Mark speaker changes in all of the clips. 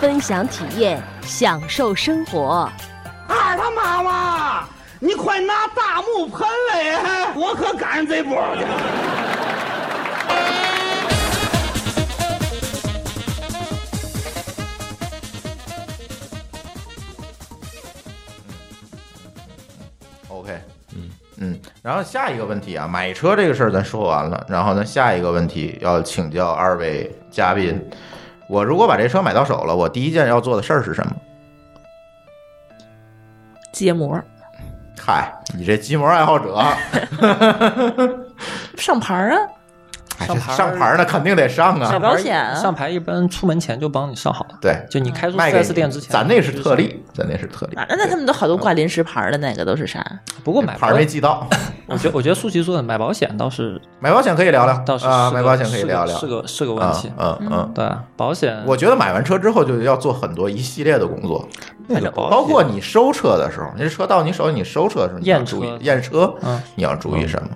Speaker 1: 分享体验，享受生活。
Speaker 2: 二啊他妈妈，你快拿大木盆来，我可赶上这波去了。
Speaker 3: OK，嗯嗯，然后下一个问题啊，买车这个事儿咱说完了，然后呢，下一个问题要请教二位嘉宾，我如果把这车买到手了，我第一件要做的事儿是什么？
Speaker 4: 揭膜
Speaker 3: 嗨，你这机模爱好者，
Speaker 4: 上牌儿啊，
Speaker 3: 哎这
Speaker 5: 上牌儿
Speaker 3: 上牌儿那肯定得上啊，
Speaker 4: 上牌儿保险啊
Speaker 5: 上牌一般出门前就帮你上好了，
Speaker 3: 对，
Speaker 5: 就你开出
Speaker 3: 嗯卖给
Speaker 5: 4S 店之前，
Speaker 3: 咱那是特例，咱那是特例
Speaker 4: 啊，那他们都好多挂临时牌儿的那个都是 啥？
Speaker 5: 不过买
Speaker 3: 牌儿没记到，
Speaker 5: 我觉得我觉得舒淇说的买保险倒是
Speaker 3: 买保险可以聊聊
Speaker 5: 倒是
Speaker 3: 啊，
Speaker 5: 是
Speaker 3: 买
Speaker 5: 个
Speaker 3: 保险可以
Speaker 5: 是个
Speaker 3: 聊聊，
Speaker 5: 是个是个问
Speaker 3: 啊
Speaker 5: 题，
Speaker 3: 嗯嗯。
Speaker 5: 对啊，保险
Speaker 3: 我觉得买完车之后就要做很多一系列的工作，
Speaker 5: 买了保险
Speaker 3: 包括你收车的时候，你这车到你手里，你收车的时候你要
Speaker 5: 验车
Speaker 3: 注意验车
Speaker 5: 嗯，
Speaker 3: 你要注意什么？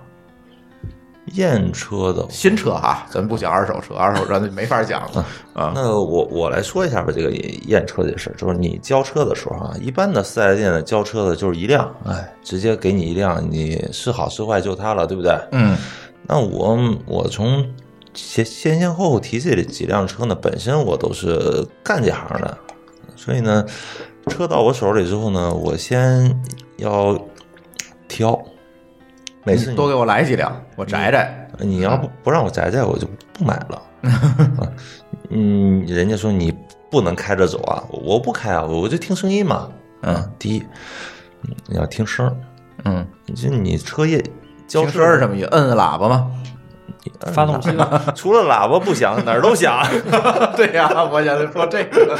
Speaker 6: 验车的，
Speaker 3: 新车哈，咱们不讲二手车， 二手车那没法讲了啊。
Speaker 6: 那我我来说一下吧，这个验车这事儿，就是你交车的时候啊，一般的四 S 店的交车的就是一辆，哎，直接给你一辆，你是好是坏就它了，对不对？
Speaker 3: 嗯
Speaker 6: 那我我从先先先后后提这几辆车呢，本身我都是干这行的，所以呢，车到我手里之后呢，我先要挑，每次你
Speaker 3: 多给我来几辆，我摘摘。
Speaker 6: 你要不不让我摘摘，我就不买了。啊嗯，人家说你不能开着走啊，我不开啊，我我就听声音嘛。啊，第一，嗯你要听声儿，
Speaker 3: 嗯，
Speaker 6: 就你车业交
Speaker 3: 停车是什
Speaker 6: 么？
Speaker 3: 么意思？摁摁喇叭吗？
Speaker 5: 发动机
Speaker 3: 嗯
Speaker 5: 吧，
Speaker 6: 除了喇叭不响，哪儿都响。
Speaker 3: 对呀、我想说这个。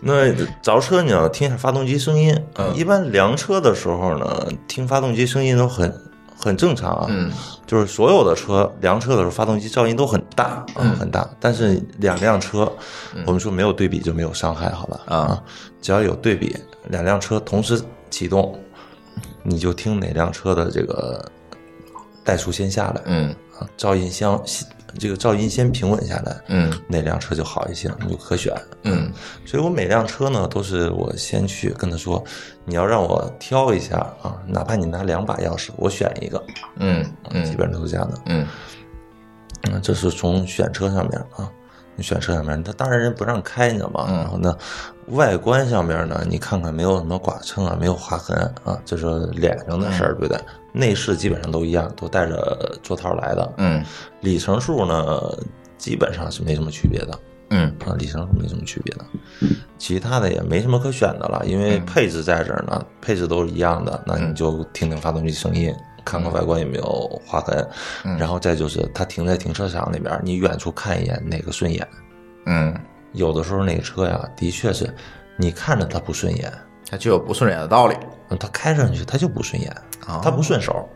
Speaker 6: 那找车你要听一下发动机声音，
Speaker 3: 嗯
Speaker 6: 一般量车的时候呢，听发动机声音都很很正常啊。
Speaker 3: 嗯，
Speaker 6: 就是所有的车量车的时候，发动机噪音都很大啊、
Speaker 3: 嗯
Speaker 6: 很大。但是两辆车，我们说没有对比就没有伤害，好吧？
Speaker 3: 啊
Speaker 6: 只要有对比，两辆车同时启动，你就听哪辆车的这个怠速先下来，
Speaker 3: 嗯
Speaker 6: 啊，噪音先这个噪音先平稳下来，
Speaker 3: 嗯
Speaker 6: 哪辆车就好一些，你就可选。
Speaker 3: 嗯
Speaker 6: 所以我每辆车呢，都是我先去跟他说，你要让我挑一下啊，哪怕你拿两把钥匙，我选一个，啊
Speaker 3: 嗯
Speaker 6: 基
Speaker 3: 嗯
Speaker 6: 本上都是这样的。
Speaker 3: 嗯
Speaker 6: 嗯，这是从选车上面啊，你选车上面，他当然人不让开，你知道吗？
Speaker 3: 嗯
Speaker 6: 然后呢，外观上面呢，你看看没有什么剐蹭啊，没有划痕啊，这是脸上的
Speaker 3: 嗯
Speaker 6: 事儿，对不对？内饰基本上都一样，都带着座套来的。，
Speaker 3: 嗯
Speaker 6: 里程数呢，基本上是没什么区别的。
Speaker 3: 嗯
Speaker 6: 啊，里程没什么区别的，其他的也没什么可选的了，因为
Speaker 3: 嗯
Speaker 6: 配置在这儿呢，配置都是一样的，那你就听听发动机声音，看
Speaker 3: 嗯
Speaker 6: 看外观有没有划痕，然后再就是它停在停车场里边，你远处看一眼哪个顺眼，
Speaker 3: 嗯，
Speaker 6: 有的时候那个车呀，的确是你看着它不顺眼，
Speaker 3: 它就有不顺眼的道理。
Speaker 6: 它开上去它就不顺眼，
Speaker 3: 哦
Speaker 6: 它不顺手，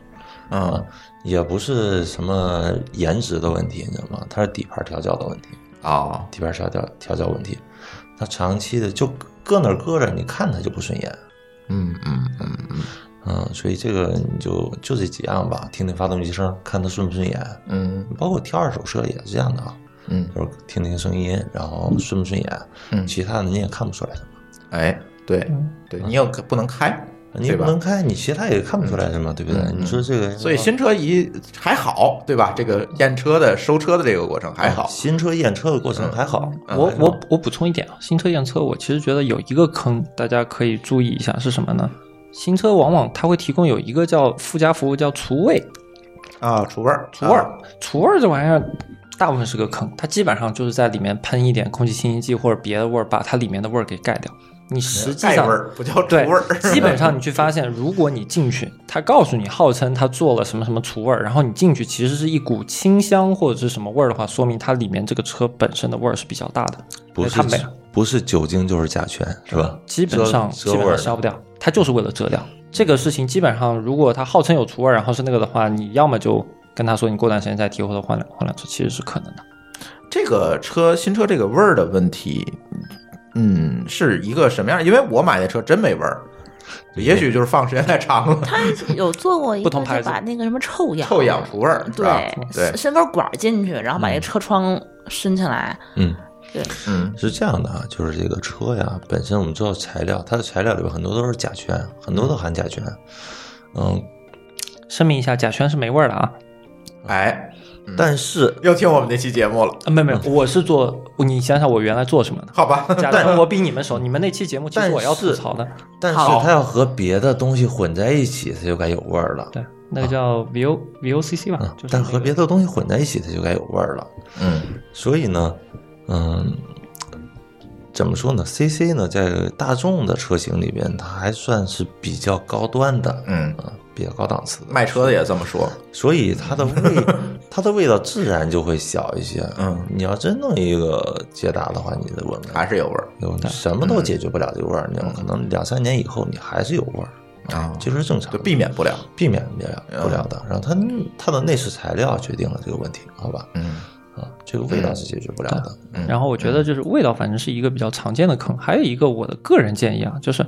Speaker 6: 啊
Speaker 3: 嗯
Speaker 6: 也不是什么颜值的问题，你知道吗？它是底盘调教的问题。
Speaker 3: 哦，
Speaker 6: 底盘调教调教问题，它长期的就搁那儿搁着，你看它就不顺眼，
Speaker 3: 嗯嗯嗯
Speaker 6: 嗯，所以这个你就就这几样吧，听听发动机声，看它顺不顺眼，
Speaker 3: 嗯
Speaker 6: 包括挑二手车也是这样的啊，
Speaker 3: 嗯，
Speaker 6: 就是听听声音，然后顺不顺眼，
Speaker 3: 嗯
Speaker 6: 其他的你也看不出来什么，
Speaker 3: 哎，对
Speaker 5: 嗯
Speaker 3: 对，你也不能开，
Speaker 6: 你
Speaker 3: 对
Speaker 6: 也不
Speaker 3: 吧？
Speaker 6: 能开，你其他也看不出来什么，对不对？你说这个，
Speaker 3: 所以新车一还好，对吧？这个验车的、收车的这个过程还
Speaker 5: 嗯
Speaker 3: 好。
Speaker 6: 新车验车的过程还好，
Speaker 3: 嗯
Speaker 5: 我
Speaker 3: 还好
Speaker 5: 我我补充一点啊，新车验车，我其实觉得有一个坑，大家可以注意一下是什么呢？新车往往它会提供有一个叫附加服务，叫除味、
Speaker 3: 啊，除味儿，
Speaker 5: 除味、儿、除味儿这玩意儿，大部分是个坑，它基本上就是在里面喷一点空气清新剂或者别的味儿，把它里面的味儿给盖掉。你实际
Speaker 3: 盖
Speaker 5: 上
Speaker 3: 味儿不叫除
Speaker 5: 对
Speaker 3: 味儿，，
Speaker 5: 基本上你去发现，如果你进去，他告诉你号称他做了什么什么除味儿，然后你进去其实是一股清香或者是什么味儿的话，说明它里面这个车本身的味儿是比较大的，
Speaker 6: 不
Speaker 5: 它
Speaker 6: 是
Speaker 5: 没
Speaker 6: 不是酒精就是甲醛，是吧？
Speaker 5: 基本上
Speaker 6: 遮
Speaker 5: 基
Speaker 6: 遮
Speaker 5: 本
Speaker 6: 味
Speaker 5: 上
Speaker 6: 儿的
Speaker 5: 消不掉，它就是为了遮掉这个事情。基本上，如果它号称有除味儿，然后是那个的话，你要么就跟他说你过段时间再提，或者换辆换辆车，其实是可能的。
Speaker 3: 这个车新车这个味儿的问题，嗯，是一个什么样？因为我买的车真没味儿，也许就是放时间太长了，
Speaker 4: 他哎有做过一
Speaker 5: 不
Speaker 4: 个，
Speaker 5: 同
Speaker 4: 就
Speaker 5: 牌子
Speaker 4: 把那个什么臭氧
Speaker 3: 臭氧除味儿，是吧
Speaker 4: 对
Speaker 3: 对，
Speaker 4: 伸根管儿进去，然后把那个车窗伸起来，
Speaker 6: 嗯，
Speaker 3: 嗯
Speaker 6: 是这样的啊，就是这个车呀，本身我们知道材料，它的材料里边很多都是甲醛，很多都含甲醛。嗯，
Speaker 5: 声明一下，甲醛是没味儿的啊，
Speaker 3: 哎，
Speaker 5: 嗯
Speaker 6: 但是
Speaker 3: 又听我们那期节目了，
Speaker 5: 啊，没有没有，我是做，你想想我原来做什么 的。
Speaker 3: 好吧？
Speaker 5: 甲
Speaker 3: 但
Speaker 5: 醛我比你们熟，你们那期节目其
Speaker 6: 但
Speaker 5: 实我要吐
Speaker 6: 是
Speaker 5: 槽的，
Speaker 6: 但是它要和别的东西混在一起，它就该有味儿了。
Speaker 5: 对，那个叫 V O V O C C 吧，
Speaker 6: 嗯
Speaker 5: 就，是
Speaker 6: 但
Speaker 5: 那
Speaker 6: 和
Speaker 5: 个
Speaker 6: 别的东西混在一起，它就该有味儿了。
Speaker 3: 嗯
Speaker 6: 所以呢，嗯，怎么说呢？CC 呢，在大众的车型里边，它还算是比较高端的，
Speaker 3: 嗯，
Speaker 6: 啊，比较高档次的，
Speaker 3: 卖车的也这么说，
Speaker 6: 所以它 的味，它的味道自然就会小一些。
Speaker 3: 嗯，
Speaker 6: 你要真弄一个捷达的话，你的闻
Speaker 3: 还
Speaker 6: 闻，
Speaker 3: 是有味儿
Speaker 6: 有什么都解决不了这个味儿，你有可
Speaker 3: 嗯
Speaker 6: 能两三年以后你还是有味儿，
Speaker 5: 哦
Speaker 3: 啊，
Speaker 6: 这是正常
Speaker 3: 就
Speaker 6: 的，
Speaker 3: 避免不嗯了。
Speaker 6: 避免不了不了的。然后它它的内饰材料决定了这个问题，好吧？
Speaker 3: 嗯
Speaker 6: 啊，这个味道是解决不了的。
Speaker 3: 嗯
Speaker 5: 然后我觉得就是味道，反正是一个比较常见的坑。还有一个我的个人建议啊，就是，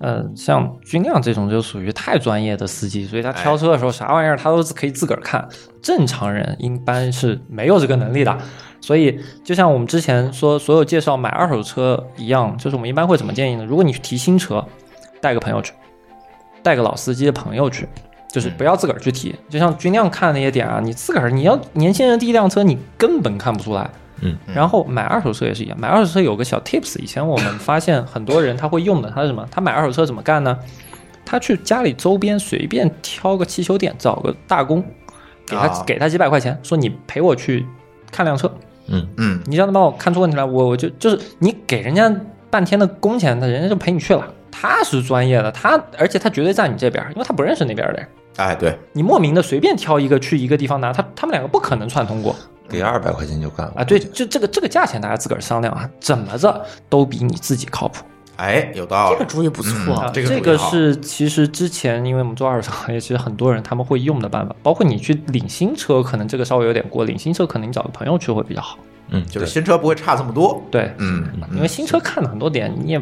Speaker 5: 呃，像军亮这种就属于太专业的司机，所以他挑车的时候啥玩意儿他都是可以自个儿看，正常人一般是没有这个能力的。所以，就像我们之前说所有介绍买二手车一样，就是我们一般会怎么建议呢？如果你去提新车，带个朋友去，带个老司机的朋友去，就是
Speaker 3: 嗯
Speaker 5: 不要自个儿去提。就像军亮看那些点啊，你自个儿你要年轻人第一辆车，你根本看不出来。
Speaker 6: 嗯，
Speaker 5: 然后买二手车也是一样，买二手车有个小 tips，以前我们发现很多人他会用的，他是什么？他买二手车怎么干呢？他去家里周边随便挑个汽修店，找个大工，给他、
Speaker 3: 啊
Speaker 5: 给他几百块钱，说你陪我去看辆车，
Speaker 6: 嗯
Speaker 3: 嗯
Speaker 5: 你让他帮我看出问题来，我我就就是你给人家半天的工钱，他人家就陪你去了。他是专业的，他而且他绝对在你这边，因为他不认识那边的人。
Speaker 3: 哎，对，
Speaker 5: 你莫名的随便挑一个去一个地方拿，他他们两个不可能串通过
Speaker 6: 给二百块钱就干了
Speaker 5: 啊！对，就这个这个价钱，大家自个儿商量啊，怎么着都比你自己靠谱。
Speaker 3: 哎，有道
Speaker 4: 这
Speaker 3: 理
Speaker 4: 个。主意不错。
Speaker 5: 啊，
Speaker 3: 这个主
Speaker 5: 这
Speaker 3: 意
Speaker 5: 个
Speaker 3: 好
Speaker 5: 是其实之前因为我们做二手行业，其实很多人他们会用的办法，包括你去领新车，可能这个稍微有点过，领新车可能你找个朋友去会比较好。
Speaker 6: 嗯，
Speaker 3: 就是
Speaker 6: 对
Speaker 3: 新车不会差这么多。
Speaker 5: 对，
Speaker 3: 嗯，
Speaker 5: 因为新车看了很多点，你也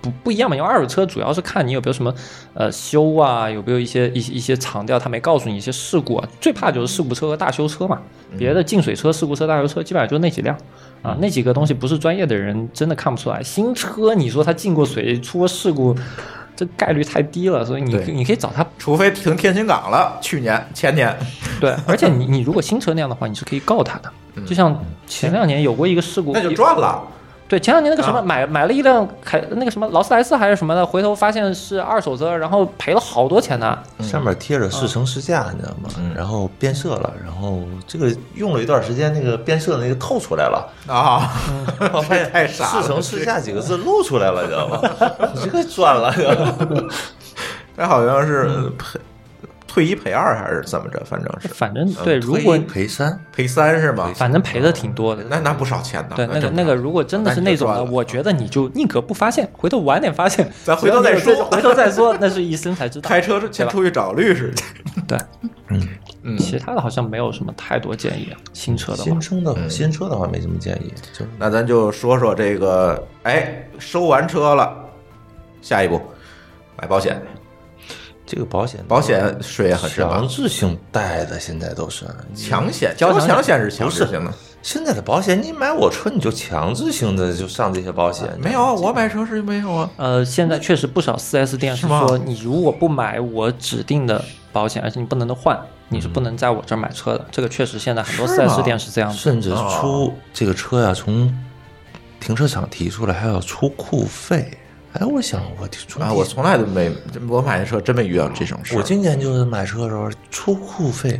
Speaker 5: 不不一样嘛。因为二手车主要是看你有没有什么呃修啊，有没有一些一些一些长调，他没告诉你一些事故啊。最怕就是事故车和大修车嘛，
Speaker 3: 嗯
Speaker 5: 别的进水车、事故车、大修车基本上就那几辆啊，那几个东西不是专业的人真的看不出来。新车你说它进过水、出过事故，这概率太低了，所以你
Speaker 3: 对
Speaker 5: 你可以找他
Speaker 3: 除非停天津港了，去年前年，
Speaker 5: 对，而且你你如果新车那样的话，你是可以告他的。就像前两年有过一个事故，
Speaker 3: 嗯那就
Speaker 5: 一
Speaker 3: 赚了。
Speaker 5: 对，前两年那个什么、
Speaker 3: 啊
Speaker 5: 买买了一辆凯那个什么劳斯莱斯还是什么的，回头发现是二手车，然后赔了好多钱呢。
Speaker 3: 嗯
Speaker 6: 上面贴着试乘试驾，你知道吗？然后变色了，然后这个用了一段时间，那个变色那个透出来了，
Speaker 3: 啊， 这也太傻了！
Speaker 6: 试乘试驾几个字露出来了，你知道吗？ 你这个赚了，
Speaker 3: 这好像是赔退一赔二还是怎么着？反正是
Speaker 5: 反正对，
Speaker 6: 嗯
Speaker 5: 如果
Speaker 6: 推赔三，
Speaker 3: 赔三是吗？
Speaker 5: 反正赔的挺多的。
Speaker 3: 那啊那不少钱呢。
Speaker 5: 对，那个
Speaker 3: 正
Speaker 5: 那个，如果真的是那种
Speaker 3: 那
Speaker 5: 的，
Speaker 3: 你就赚了
Speaker 5: 我觉得你就宁可不发现，回头晚点发现，
Speaker 3: 咱回头再说
Speaker 5: 只要你有这回头再说，那是一生才知道。
Speaker 3: 开车之
Speaker 5: 对
Speaker 3: 前
Speaker 5: 吧
Speaker 3: 出去找律师去。
Speaker 5: 对，
Speaker 3: 嗯
Speaker 5: 其他的好像没有什么太多建议啊。新车的话
Speaker 6: 新，车的新车的话没什么建议，就是
Speaker 3: 那咱就说说这个，哎，收完车了，下一步买保险，
Speaker 6: 这个保险
Speaker 3: 保险税也很深吧
Speaker 6: 强？制性贷的现在都是
Speaker 3: 强险，
Speaker 5: 啊交
Speaker 3: 交
Speaker 5: 强
Speaker 3: 强险是强制
Speaker 6: 不是
Speaker 3: 性的，
Speaker 6: 现在的保险，你买我车你就强制性的就上这些保险，
Speaker 3: 没有啊，我买车是没有啊。
Speaker 5: 呃，现在确实不少 4S 店是
Speaker 3: 是吗
Speaker 5: 说，你如果不买我指定的保险，而且你不能换，你是不能在我这儿买车的。这个确实现在很多
Speaker 3: 嗯是吗
Speaker 5: 4S 店是这样的。
Speaker 6: 甚至出这个车呀、从停车场提出来还要出库费。哎，我想我出
Speaker 3: 啊，我从来都没，我买的车真没遇到这种事儿。
Speaker 6: 我今年就是买车的时候出库费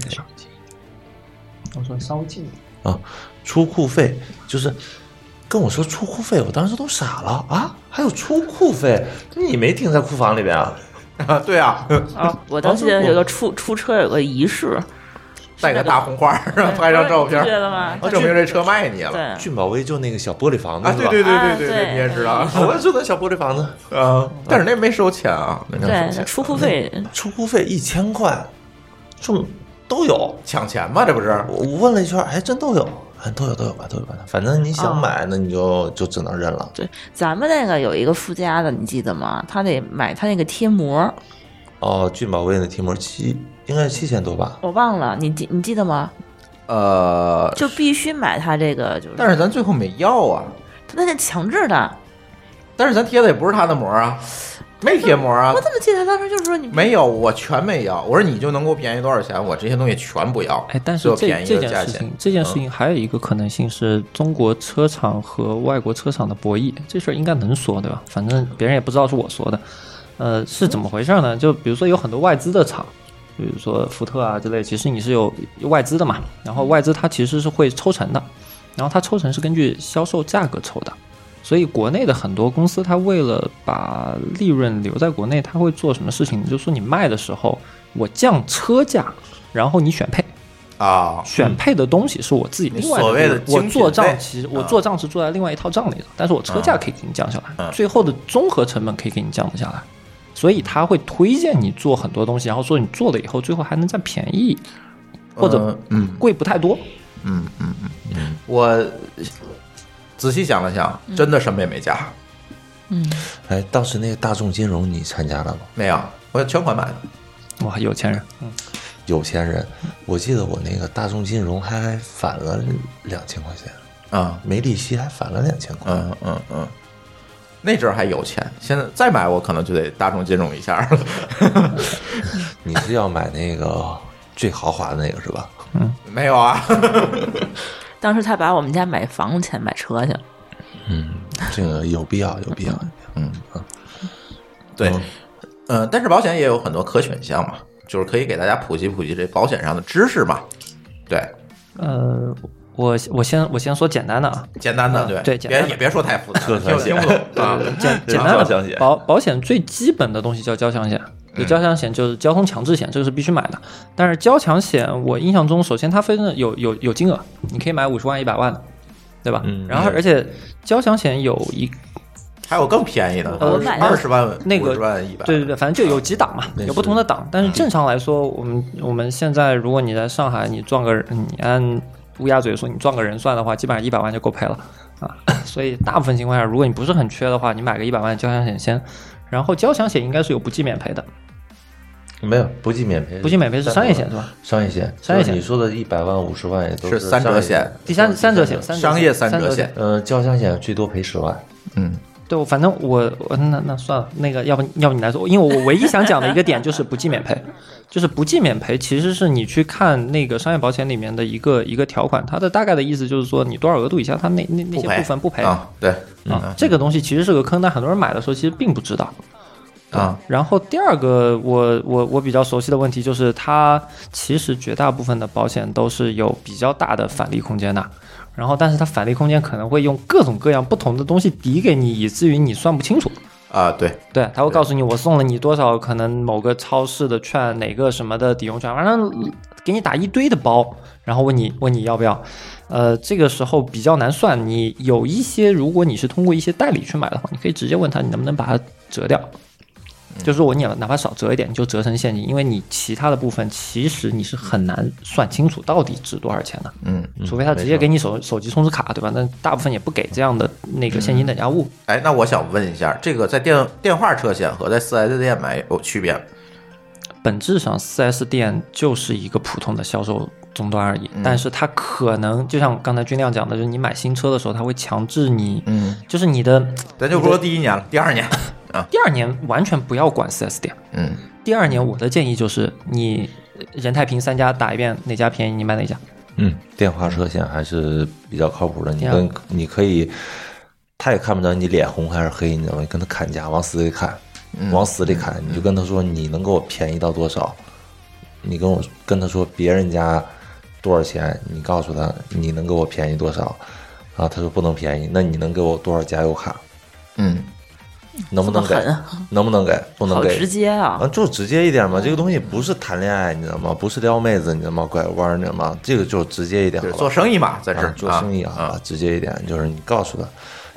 Speaker 5: 我说稍近，
Speaker 6: 啊，出库费就是跟我说出库费，我当时都傻了啊！还有出库费？你没停在库房里边啊？
Speaker 3: 啊，对啊，
Speaker 4: 啊，我当时记得有个出出车有个仪式，
Speaker 3: 带个大红花儿拍张照片
Speaker 4: 记
Speaker 3: 儿，哦
Speaker 4: 得吗？
Speaker 3: 证明这车卖你了
Speaker 4: 对，
Speaker 6: 俊宝威就那个小玻璃房子
Speaker 3: 啊！
Speaker 6: 是
Speaker 3: 对
Speaker 6: 吧
Speaker 3: 对对
Speaker 4: 啊
Speaker 3: 对
Speaker 4: 对
Speaker 3: 对，你也知道
Speaker 6: 啊我也住那小玻璃房子，
Speaker 3: 啊，但是那没收钱啊，那没收
Speaker 4: 对，
Speaker 3: 钱
Speaker 4: 出库费
Speaker 6: 出库费一千块，就都有。
Speaker 3: 抢钱嘛，这不是？
Speaker 6: 我我问了一圈，还真都有，哎，都有都有吧，都有吧。反正你想买，那你就就只能认了。
Speaker 4: 对，咱们那个有一个附加的，你记得吗？他得买他那个贴膜，
Speaker 6: 哦，俊宝威的贴膜七应该是七千多吧？
Speaker 4: 我忘了，你记你记得吗？
Speaker 3: 呃，
Speaker 4: 就必须买他这个，就是
Speaker 3: 但是咱最后没要啊，
Speaker 4: 他那是强制的。
Speaker 3: 但是咱贴的也不是他的膜啊，没贴膜啊
Speaker 4: 我，怎么记得他当时就是说你
Speaker 3: 没有，我全没要。我说你就能给我便宜多少钱，我这些东西全不要。
Speaker 5: 哎，但
Speaker 3: 最
Speaker 5: 是
Speaker 3: 后
Speaker 5: 这
Speaker 3: 便宜
Speaker 5: 这
Speaker 3: 的价
Speaker 5: 件事
Speaker 3: 钱嗯
Speaker 5: 情，，这件事情还有一个可能性是中国车厂和外国车厂的博弈，这事儿应该能说对吧？反正别人也不知道是我说的。呃，是怎么回事呢？就比如说有很多外资的厂，比如说福特啊之类，其实你是有有外资的嘛，然后外资它其实是会抽成的，然后它抽成是根据销售价格抽的。所以国内的很多公司，它为了把利润留在国内，它会做什么事情呢？就是说你卖的时候，我降车价，然后你选配。
Speaker 3: 啊，
Speaker 5: 选配的东西是我自己另外
Speaker 3: 所谓的
Speaker 5: 的东西，我
Speaker 3: 精品
Speaker 5: 做账
Speaker 3: 类啊
Speaker 5: 其实我做账是做在另外一套账里的，但是我车价可以给你降下
Speaker 3: 啊
Speaker 5: 来，最后的综合成本可以给你降得下来，所以他会推荐你做很多东西，然后说你做了以后最后还能再便宜，或者
Speaker 3: 呃嗯
Speaker 5: 贵不太多。
Speaker 3: 我仔细想了想，
Speaker 5: 嗯
Speaker 3: 真的什么也没加，
Speaker 6: 哎，当时那个大众金融你参加了吗？
Speaker 3: 没有，我全款买的。
Speaker 5: 哇，有钱人，
Speaker 6: 有钱人，我记得我那个大众金融还返了两千块钱，
Speaker 3: 嗯
Speaker 6: 没利息还返了两千块。
Speaker 3: 嗯嗯嗯，那阵儿还有钱，现在再买我可能就得大众金融一下了。
Speaker 6: 你是要买那个最豪华的那个是吧？
Speaker 3: 没有啊，
Speaker 4: 当时他把我们家买房的钱买车去了，
Speaker 6: 这个有必要，有必要，有必要。嗯，
Speaker 3: 对，嗯、但是保险也有很多可选项嘛，就是可以给大家普及普及这保险上的知识嘛。对，
Speaker 5: 呃，我我先我先说简单的啊，
Speaker 3: 简单的
Speaker 5: 嗯
Speaker 3: 对，
Speaker 5: 对简单
Speaker 3: 别
Speaker 5: 的
Speaker 3: 也别说太复杂，
Speaker 6: 特
Speaker 3: 听
Speaker 6: 特
Speaker 3: 听不懂啊。
Speaker 5: 简
Speaker 6: 对
Speaker 5: 简单
Speaker 6: 交强
Speaker 5: 的
Speaker 6: 险
Speaker 5: 保保险最基本的东西叫交强险，
Speaker 6: 嗯
Speaker 5: 就交强险就是交通强制险，这个是必须买的。但是交强险我印象中，首先它分的有有有金额，你可以买五十万、一百万的，对吧？
Speaker 6: 嗯
Speaker 5: 然后而且交强险有一
Speaker 3: 还有更便宜的，
Speaker 5: 呃
Speaker 3: 二十万、
Speaker 5: 那个
Speaker 3: 50万、一百，
Speaker 5: 对对对，反正就有几档嘛，
Speaker 6: 那
Speaker 5: 有不同的档。啊但是嗯正常来说，我们我们现在如果你在上海，你撞个人，你按乌鸦嘴说你撞个人算的话，基本上一百万就够赔了啊。 所以大部分情况下，如果你不是很缺的话，你买个一百万交强险先。然后交强险应该是有不计免赔的，
Speaker 6: 没有不计免赔，
Speaker 5: 不计免赔是商业险是吧？
Speaker 6: 商业险，
Speaker 5: 商业险
Speaker 6: 就是你说的一百万、五十万也都
Speaker 3: 是三
Speaker 6: 商
Speaker 3: 者
Speaker 6: 业
Speaker 3: 险。，
Speaker 5: 第三三者险，三者
Speaker 3: 商业
Speaker 5: 三
Speaker 3: 三者
Speaker 5: 险
Speaker 3: 险。
Speaker 6: 呃，交强险最多赔十万，
Speaker 3: 嗯，
Speaker 5: 对，我反正我我那那算了，那个要不要不你来说，因为我唯一想讲的一个点就是不计免赔，就是不计免赔其实是你去看那个商业保险里面的一个一个条款，它的大概的意思就是说你多少额度以下，它那那那
Speaker 3: 不
Speaker 5: 些
Speaker 3: 赔
Speaker 5: 部分不赔
Speaker 3: 啊，对
Speaker 5: 啊这个东西其实是个坑，但很多人买的时候其实并不知道。
Speaker 3: 啊，
Speaker 5: 然后第二个我我我比较熟悉的问题就是，它其实绝大部分的保险都是有比较大的返利空间的。然后，但是它返利空间可能会用各种各样不同的东西抵给你，以至于你算不清楚。
Speaker 3: 啊，对，
Speaker 5: 对，他会告诉你我送了你多少，可能某个超市的券，哪个什么的抵用券，反正给你打一堆的包，然后问你问你要不要。呃，这个时候比较难算。你有一些，如果你是通过一些代理去买的话，你可以直接问他你能不能把它折掉，
Speaker 3: 嗯
Speaker 5: 就是我你哪怕少折一点，你就折成现金，因为你其他的部分其实你是很难算清楚到底值多少钱的。
Speaker 3: 嗯，
Speaker 5: 除非他直接给你手手机充值卡，对吧？那大部分也不给这样的那个现金等价物。
Speaker 3: 哎，那我想问一下，这个在电电话车险和在四 S 店买有区别吗？
Speaker 5: 本质上，4S 店就是一个普通的销售终端而已。但是它可能就像刚才军亮讲的，就是你买新车的时候，它会强制你，
Speaker 3: 嗯，
Speaker 5: 就是你的
Speaker 3: 咱就不说第一年了，第二年，
Speaker 5: 第二年完全不要管 4S 店。
Speaker 3: 嗯，
Speaker 5: 第二年我的建议就是，你人太平三家打一遍，哪家便宜你买哪家。
Speaker 6: 嗯，电话车险还是比较靠谱的。你
Speaker 5: 对啊
Speaker 6: 跟你可以，他也看不着你脸红还是黑，你知道吗？你跟他砍价，往死里砍，
Speaker 4: 嗯
Speaker 6: 往死里砍。你就跟他说你能给我便宜到多少？你跟我跟他说别人家多少钱，你告诉他你能给我便宜多少。啊，他说不能便宜，那你能给我多少加油卡？
Speaker 3: 嗯
Speaker 6: 能不能给
Speaker 4: 这么狠啊？
Speaker 6: 能不能给？不能
Speaker 4: 好
Speaker 6: 给，
Speaker 4: 直接啊！
Speaker 6: 啊，就直接一点嘛。这个东西不是谈恋爱，你知道吗？不是撩妹子，你知道吗？拐弯儿，你知道吗？这个就直接一点好
Speaker 3: 对，
Speaker 6: 吧。
Speaker 3: 做生意嘛，在这
Speaker 6: 啊
Speaker 3: 儿
Speaker 6: 做生意
Speaker 3: 啊，
Speaker 6: 啊，直接一点，就是你告诉他，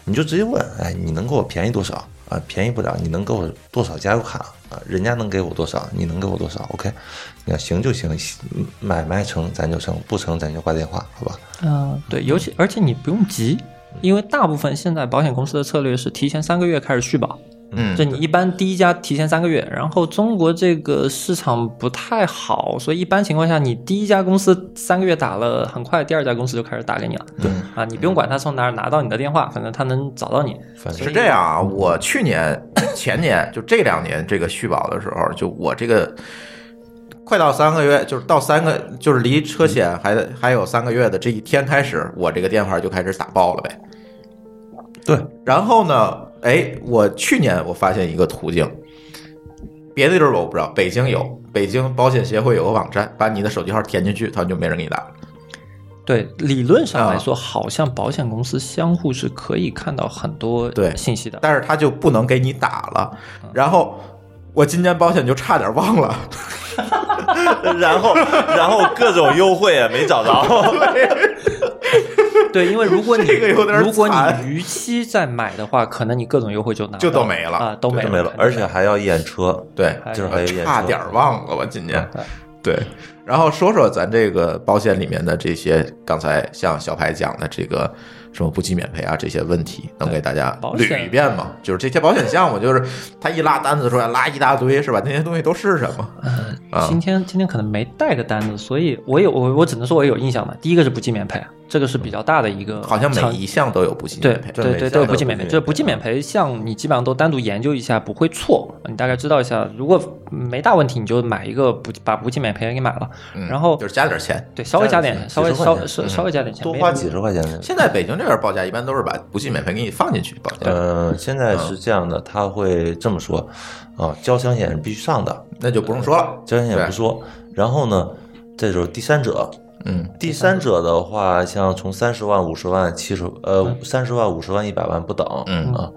Speaker 6: 你就直接问，哎，你能给我便宜多少啊？便宜不了，你能给我多少加油卡啊？人家能给我多少，你能给我多少？OK，你看行就行，嗯买卖成咱就成，不成咱就挂电话，好吧？
Speaker 5: 嗯，对，尤其而且你不用急，因为大部分现在保险公司的策略是提前三个月开始续保，
Speaker 3: 嗯，
Speaker 5: 就你一般第一家提前三个月，然后中国这个市场不太好，所以一般情况下你第一家公司三个月打了，很快第二家公司就开始打给你了。
Speaker 3: 对
Speaker 5: 啊，你不用管他从哪儿拿到你的电话，反正他能找到你。
Speaker 6: 反正
Speaker 3: 是这样啊，我去年、 前年就这两年这个续保的时候，就我这个快到三个月，就是到三个，就是离车险还得还有三个月的这一天开始，我这个电话就开始打爆了呗。
Speaker 6: 对，
Speaker 3: 然后呢，哎，我去年我发现一个途径，别的地儿我不知道，北京有，北京保险协会有个网站，把你的手机号填进去，他就没人给你打了。
Speaker 5: 对，理论上
Speaker 3: 啊
Speaker 5: 来说，好像保险公司相互是可以看到很多
Speaker 3: 对
Speaker 5: 信息的。
Speaker 3: 但是他就不能给你打了。然后我今年保险就差点忘了，
Speaker 6: 然后然后各种优惠也没找 着，
Speaker 5: 对，因为如果你
Speaker 3: 这个有点
Speaker 5: 如果
Speaker 3: 惨
Speaker 5: 你逾期再买的话，可能你各种优惠就拿不
Speaker 3: 就
Speaker 5: 到
Speaker 3: 都没了
Speaker 5: 啊，都没
Speaker 6: 没了，而且还要验车，
Speaker 3: 对，
Speaker 6: 就是还要验车，
Speaker 3: 差点忘了我今年。
Speaker 5: 嗯
Speaker 3: 对，然后说说咱这个保险里面的这些，刚才像小排讲的这个什么不给免赔啊这些问题，能给大家
Speaker 5: 保险
Speaker 3: 捋一遍吗？就是这些保险项目，就是他一拉单子出来拉一大堆，是吧？那些东西都是什么？
Speaker 5: 嗯
Speaker 3: 啊
Speaker 5: 今天今天可能没带个单子，所以我有我我只能说我有印象的。第一个是不计免赔，这个是比较大的一
Speaker 6: 嗯
Speaker 5: 个常，
Speaker 3: 好像每一项都有不给
Speaker 5: 对
Speaker 3: 免赔。
Speaker 5: 对
Speaker 6: 每
Speaker 5: 对
Speaker 6: 项都
Speaker 5: 对
Speaker 6: 有
Speaker 5: 不计
Speaker 6: 不
Speaker 5: 免赔，
Speaker 6: 计免
Speaker 5: 这
Speaker 6: 赔
Speaker 5: 不计免
Speaker 6: 嗯
Speaker 5: 赔项你基本上都单独研究一下，不会错，你大概知道一下。如果没大问题，你就买一个不把不计免赔给买了，
Speaker 3: 嗯
Speaker 5: 然后
Speaker 3: 就是加点钱。
Speaker 5: 对稍微加点
Speaker 6: 加点
Speaker 5: 钱，
Speaker 6: 钱
Speaker 5: 稍微
Speaker 6: 几十
Speaker 5: 稍
Speaker 6: 块
Speaker 5: 微
Speaker 6: 钱
Speaker 5: 稍
Speaker 6: 嗯
Speaker 5: 稍微加点钱，
Speaker 6: 多
Speaker 5: 没
Speaker 6: 花几十块钱。
Speaker 3: 现在北京这边报价一般都是把不给免赔给你放进去报价，
Speaker 6: 呃，现在是这样的，他会这么说，啊，交强险是必须上的，
Speaker 3: 那就不用说了。
Speaker 6: 交强险不说。然后呢，这就是第三者。
Speaker 3: 嗯，
Speaker 6: 第三者的话，像从三十万、五十万、七十呃三十万、五十万、一百万不等，
Speaker 3: 嗯
Speaker 6: 啊，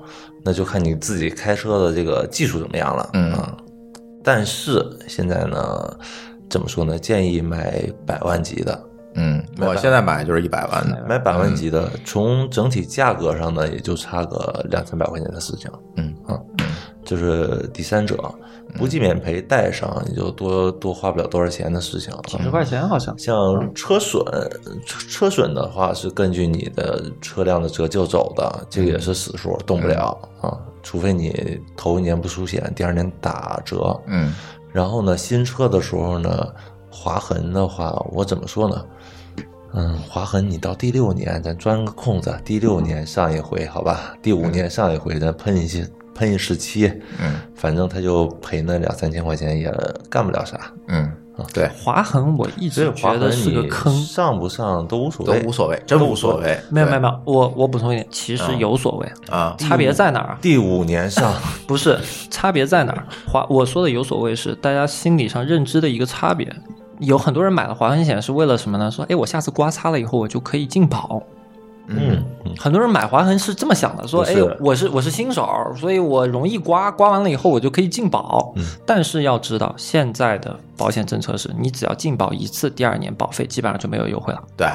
Speaker 6: 那就看你自己开车的这个技术怎么样了，
Speaker 3: 嗯
Speaker 6: 啊。但是现在呢，怎么说呢？建议买百万级的，
Speaker 3: 嗯，我现在买就是一百万的，
Speaker 6: 买百万级的，从整体价格上呢，也就差个两三百块钱的事情。
Speaker 3: 嗯
Speaker 6: 啊，就是第三者不计免赔带上，也就多多花不了多少钱的事情。啊
Speaker 5: 几十块钱好像。
Speaker 6: 像车损，车车损的话是根据你的车辆的折旧走的，这个也是死数，动不了
Speaker 3: 嗯
Speaker 6: 啊，除非你头一年不出险，第二年打折。
Speaker 3: 嗯
Speaker 6: 然后呢，新车的时候呢，划痕的话，我怎么说呢？嗯，划痕你到第六年，咱钻个空子，啊第六年上一回，好吧？第五年上一回，咱喷一些，喷一时期，
Speaker 3: 嗯
Speaker 6: 反正他就赔那两三千块钱，也干不了啥。
Speaker 3: 嗯，对，
Speaker 5: 划痕我一
Speaker 6: 所以
Speaker 5: 直
Speaker 6: 划
Speaker 5: 觉得
Speaker 6: 痕
Speaker 5: 是个
Speaker 6: 你
Speaker 5: 坑，
Speaker 6: 上不上都无所
Speaker 3: 都
Speaker 6: 谓，
Speaker 3: 无所谓，真无所谓，
Speaker 5: 没有没有没有，我我补充一点，其
Speaker 6: 嗯
Speaker 5: 实有所谓，
Speaker 3: 有啊，
Speaker 5: 差别在哪儿啊？
Speaker 6: 第五年上，
Speaker 5: 不是差别在哪儿？华我说的有所谓是大家心理上认知的一个差别。有很多人买了划痕险是为了什么呢？说，哎，我下次刮擦了以后我就可以进保。
Speaker 6: 嗯，
Speaker 5: 很多人买划痕是这么想的，说，
Speaker 6: 不
Speaker 5: 哎
Speaker 6: 是，
Speaker 5: 我是我是新手，所以我容易刮，刮完了以后我就可以进保。
Speaker 6: 嗯
Speaker 5: 但是要知道，现在的保险政策是你只要进保一次，第二年保费基本上就没有优惠了。
Speaker 3: 对，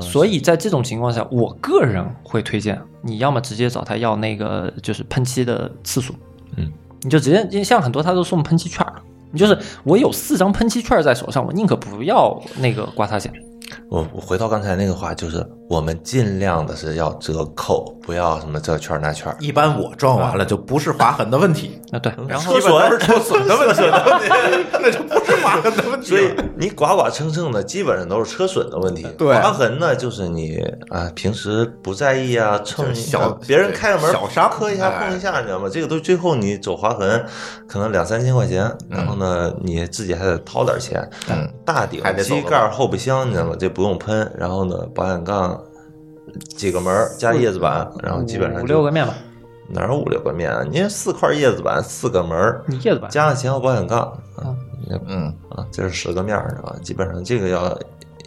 Speaker 5: 所以在这种情况下，我个人会推荐你要么直接找他要那个就是喷漆的次数，
Speaker 6: 嗯，
Speaker 5: 你就直接，因为像很多他都送喷漆券儿，你就是我有四张喷漆券儿在手上，我宁可不要那个刮擦险。
Speaker 6: 我我回到刚才那个话，就是我们尽量的是要折扣，不要什么这券儿那券儿。嗯
Speaker 3: 一般我撞完了就不是划痕的问题，
Speaker 5: 啊，对，然后
Speaker 6: 车
Speaker 3: 基本都
Speaker 6: 损
Speaker 3: 是车损的问题，那就不是划痕的问题
Speaker 6: 所
Speaker 3: 了，
Speaker 6: 以你刮刮蹭蹭的，基本上都是车损的问题。
Speaker 3: 对
Speaker 6: 划痕呢，就是你啊平时不在意啊，蹭
Speaker 3: 就是小
Speaker 6: 别人开个门，
Speaker 3: 小伤
Speaker 6: 磕一下
Speaker 3: 哎
Speaker 6: 碰一下，你知道吗？这个都最后你走划痕，可能两三千块钱，然后呢你自己还得掏点钱。
Speaker 3: 嗯
Speaker 6: 大顶
Speaker 3: 还得走
Speaker 6: 机
Speaker 3: 个
Speaker 6: 盖后备箱，你知道吗？这不用喷，然后呢保险杠。几个门儿加叶子板，然后基本上
Speaker 5: 五
Speaker 6: 就
Speaker 5: 五六个面吧，
Speaker 6: 哪有五六个面啊？你这四块叶子板，四个门儿，
Speaker 5: 你叶子吧，
Speaker 6: 加上前后保险杠，啊
Speaker 5: 嗯
Speaker 6: 那
Speaker 3: 嗯
Speaker 6: 啊，这是十个面儿是吧？基本上这个要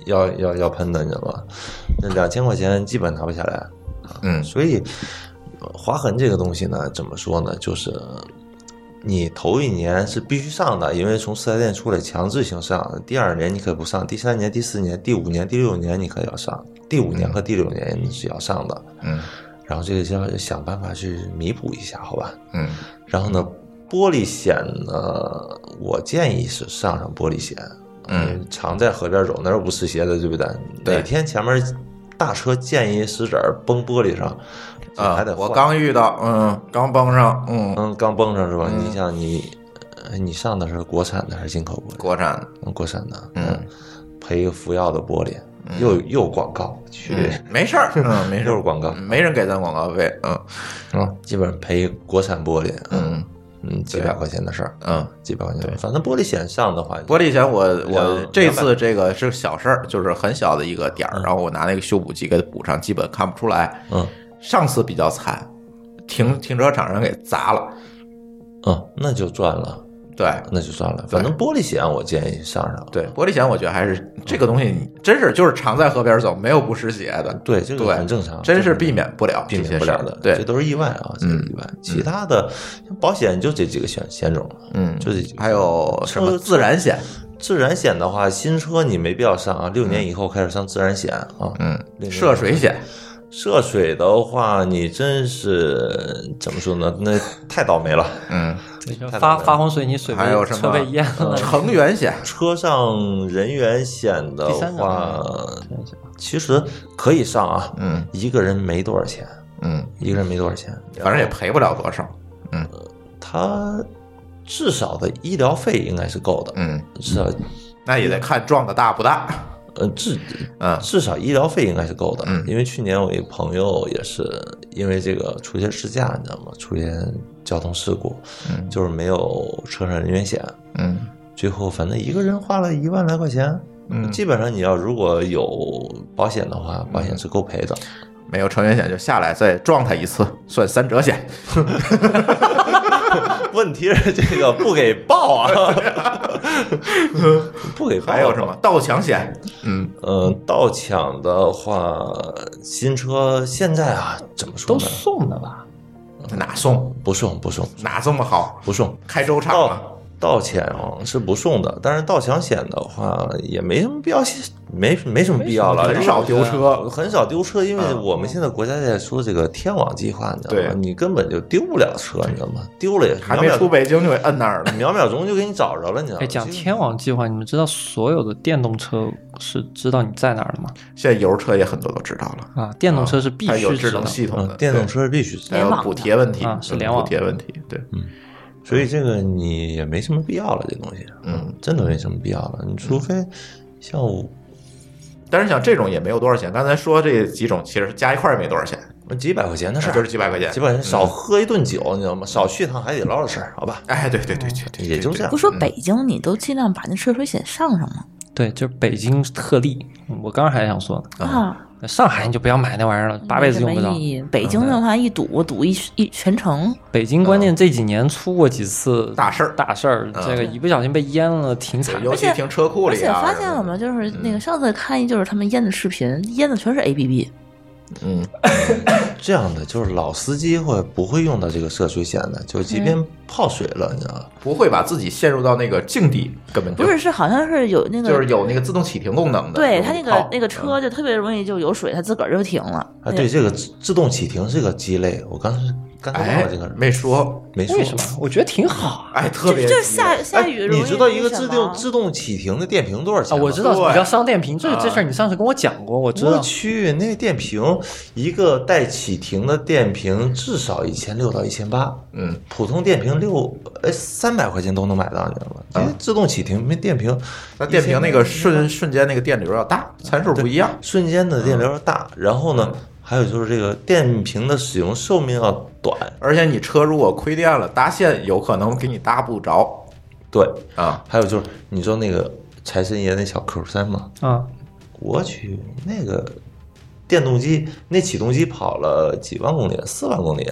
Speaker 6: 要要要喷的，你知道吗？那两千块钱基本拿不下来。
Speaker 3: 嗯
Speaker 6: 所以呃划痕这个东西呢，怎么说呢？就是你头一年是必须上的，因为从四 S 店出来强制性上。第二年你可不上，第三年、第四年、第五年、第六年你可要上，第五年和第六年你是要上的。
Speaker 3: 嗯
Speaker 6: 然后这个就要想办法去弥补一下，好吧？
Speaker 3: 嗯
Speaker 6: 然后呢，玻璃险呢，我建议是上上玻璃险。
Speaker 3: 嗯，
Speaker 6: 常在河边走，哪有不湿鞋的，对不对？
Speaker 3: 对
Speaker 6: 哪天前面大车溅一石子儿崩玻璃上，这
Speaker 3: 啊
Speaker 6: 还得，换
Speaker 3: 我刚遇到，嗯，刚崩上，嗯，
Speaker 6: 嗯刚崩上是吧？
Speaker 3: 嗯
Speaker 6: 你想你，呃你上的是国产的还是进口玻璃？
Speaker 3: 国产，
Speaker 6: 嗯国产的，
Speaker 3: 嗯，
Speaker 6: 赔一个福耀的玻璃，又又广告，去。
Speaker 3: 嗯没事儿，嗯，没事
Speaker 6: 又
Speaker 3: 儿
Speaker 6: 是，广告，
Speaker 3: 没人给咱广告费，嗯
Speaker 6: 嗯，基本上赔国产玻璃，
Speaker 3: 嗯
Speaker 6: 嗯，几百块钱的事儿，
Speaker 3: 嗯。
Speaker 6: 几百块钱的事儿，反正玻璃险上的话，
Speaker 3: 玻璃险我我
Speaker 6: 两
Speaker 3: 这次这个是小事儿，就是很小的一个点儿，然后我拿那个修补剂给它补上，基本看不出来。
Speaker 6: 嗯
Speaker 3: 上次比较惨，停停车场上给砸了，
Speaker 6: 嗯，那就赚了，
Speaker 3: 对
Speaker 6: 那就赚了，反正玻璃险我建议上上，
Speaker 3: 对，玻璃险我觉得还是
Speaker 6: 嗯
Speaker 3: 这个东西，你真是就是常在河边走，没有不湿鞋的，
Speaker 6: 对，这个
Speaker 3: 对
Speaker 6: 很正常，
Speaker 3: 真是避免不了
Speaker 6: 避
Speaker 3: 这些
Speaker 6: 免不
Speaker 3: 事
Speaker 6: 了
Speaker 3: 儿
Speaker 6: 的，
Speaker 3: 对
Speaker 6: 啊
Speaker 3: 嗯
Speaker 6: 这都是意外啊，这是意外。其他的像保险就这几个险险种，
Speaker 3: 嗯，
Speaker 6: 就这几个。
Speaker 3: 还有什么
Speaker 6: 车
Speaker 3: 自然险，
Speaker 6: 自然险的话，新车你没必要上啊，六年以后开始上自然险啊。
Speaker 3: 嗯，
Speaker 6: 另外
Speaker 3: 涉水险，
Speaker 6: 涉水的话，你真是怎么说呢？那太倒霉了。
Speaker 3: 嗯，
Speaker 6: 太
Speaker 5: 发
Speaker 6: 难了
Speaker 5: 发洪水，你水
Speaker 3: 还有
Speaker 5: 被
Speaker 3: 什么嗯
Speaker 5: 车被淹
Speaker 6: 嗯
Speaker 5: 了，
Speaker 3: 成员险，
Speaker 6: 车上人员险的
Speaker 5: 第三
Speaker 3: 啊
Speaker 6: 话
Speaker 5: 种，
Speaker 6: 其实可以上啊。
Speaker 3: 嗯
Speaker 6: 一个人没多少钱，
Speaker 3: 嗯，
Speaker 6: 一个人没多少钱，
Speaker 3: 反正也赔不了多少，
Speaker 6: 他至少的医疗费应该是够的。
Speaker 3: 嗯，
Speaker 6: 至少
Speaker 3: 那也得看撞的大不大，
Speaker 6: 呃，至
Speaker 3: 嗯
Speaker 6: 至少医疗费应该是够的，
Speaker 3: 嗯
Speaker 6: 因为去年我一朋友也是因为这个出现事驾，你知道吗？出现交通事故，
Speaker 3: 嗯
Speaker 6: 就是没有车上人员险，
Speaker 3: 嗯
Speaker 6: 最后反正一个人花了一万来块钱，
Speaker 3: 嗯
Speaker 6: 基本上你要如果有保险的话，保
Speaker 3: 嗯
Speaker 6: 险是够赔的，
Speaker 3: 没有成员险就下来再撞他一次，算三者险。
Speaker 6: 问题是这个不给报 啊，不给报、啊
Speaker 3: 还有什么？盗抢险？嗯
Speaker 6: 呃，盗抢的话，新车现在啊，怎么
Speaker 5: 都
Speaker 6: 说呢？
Speaker 5: 送的吧？
Speaker 3: 哪送
Speaker 6: 不送，不送，
Speaker 3: 哪这么好？
Speaker 6: 不送。
Speaker 3: 开啊州厂了？
Speaker 6: 盗盗险啊是不送的，但是盗抢险的话也没什么必要，没没什么必要了，
Speaker 3: 很少丢车。
Speaker 6: 很少丢车，因为
Speaker 3: 嗯
Speaker 6: 我们现在国家在说这个天网计划，你知道吗
Speaker 3: 对？
Speaker 6: 你根本就丢不了车，你知道吗？丢了也
Speaker 3: 还没出
Speaker 6: 北，
Speaker 3: 北京就给摁那儿了。
Speaker 6: 秒秒钟就给你找着了，你知道吗？
Speaker 5: 哎，讲
Speaker 6: 这个
Speaker 5: 天网计划，你们知道所有的电动车是知道你在哪儿的吗？
Speaker 3: 现在油车也很多都知道了，
Speaker 5: 啊，电动车是必
Speaker 3: 它有
Speaker 5: 须
Speaker 3: 智
Speaker 5: 知道
Speaker 3: 能
Speaker 5: 的。
Speaker 3: 系统的
Speaker 6: 嗯，电动，车是必须
Speaker 3: 对还
Speaker 6: 的，
Speaker 3: 有补贴问题
Speaker 5: 啊是
Speaker 3: 嗯
Speaker 5: 联网
Speaker 3: 补贴问题，对，
Speaker 6: 所以这个你也没什么必要了，这东西，
Speaker 3: 嗯，
Speaker 6: 真的没什么必要了，你除非像我。
Speaker 3: 但是像这种也没有多少钱。刚才说这几种，其实加一块儿也没多少钱，
Speaker 6: 几百块钱的事儿，
Speaker 3: 啊就是几百块钱
Speaker 6: 几百块钱少
Speaker 3: 嗯
Speaker 6: 喝一顿酒，你知道吗？少去趟海底捞的事儿，好吧？
Speaker 3: 哎，对对对
Speaker 5: 嗯
Speaker 3: 对对，
Speaker 6: 也就这样
Speaker 4: 不。说北京，你都尽量把那涉水险上上吗？
Speaker 5: 对，就是北京特例。嗯我刚刚还想说呢，
Speaker 6: 嗯
Speaker 4: 啊，
Speaker 5: 那上海你就不要买那玩意儿了，八辈子用不
Speaker 4: 没
Speaker 5: 嗯
Speaker 4: 什
Speaker 5: 着
Speaker 4: 么。意义。北
Speaker 6: 嗯
Speaker 4: 京的话，一堵堵一一全城，
Speaker 5: 北京关键这几年出过几次
Speaker 3: 大事儿
Speaker 5: 大事儿，这个一不小心被淹了，挺惨。
Speaker 3: 尤其停车库
Speaker 4: 而
Speaker 3: 里
Speaker 4: 且
Speaker 3: 啊，
Speaker 4: 发现了吗？
Speaker 3: 什么的
Speaker 4: 就是
Speaker 6: 嗯
Speaker 4: 那个上次看一，就是他们淹的视频，淹的全是 A P P。
Speaker 3: 嗯
Speaker 6: 这样的就是老司机会不会用到这个涉水险的，就即便泡水了，你知道吗？
Speaker 3: 不会把自己陷入到那个境地，根本就
Speaker 4: 不是，是好像是有那个，
Speaker 3: 就是有那个自动启停功能的。
Speaker 4: 对他那个
Speaker 3: 靠
Speaker 4: 那个车就特别容易就有水，它自个儿就停了。
Speaker 6: 嗯啊，对，这个自自动启停是个鸡肋，我刚才刚才忘
Speaker 3: 哎
Speaker 6: 了这个，人
Speaker 3: 没说，
Speaker 6: 没说
Speaker 5: 为。什么？我觉得挺好啊。
Speaker 3: 哎，特别
Speaker 4: 就就
Speaker 3: 急
Speaker 4: 下下雨容易
Speaker 6: 哎你知道一个
Speaker 4: 那
Speaker 6: 自
Speaker 4: 什
Speaker 6: 动
Speaker 4: 么
Speaker 6: 自动启停的电瓶多少钱吗？
Speaker 5: 啊我知道
Speaker 3: 对
Speaker 5: 你叫上电瓶，这这事儿你上次跟我讲过，我知
Speaker 6: 我
Speaker 5: 道。
Speaker 6: 去，那个电瓶一个带启停的电瓶至少一千六到一千八，
Speaker 3: 嗯，
Speaker 6: 普通电瓶六哎三百块钱都能买到，你知道吗？因为自动启停没电瓶，
Speaker 3: 那电瓶那个瞬瞬间那个电流要大，参数不一样。
Speaker 6: 瞬间的电流要大，然后
Speaker 5: 嗯
Speaker 6: 呢，还有就是这个电瓶的使用寿命要短，
Speaker 3: 而且你车如果亏电了，搭线有可能给你搭不着
Speaker 6: 对，
Speaker 3: 啊。
Speaker 6: 还有就是你知道那个财神爷那小 Q 三吗？
Speaker 5: 啊，
Speaker 6: 我去，那个啊电动机那启动机跑了几万公里，四万公里，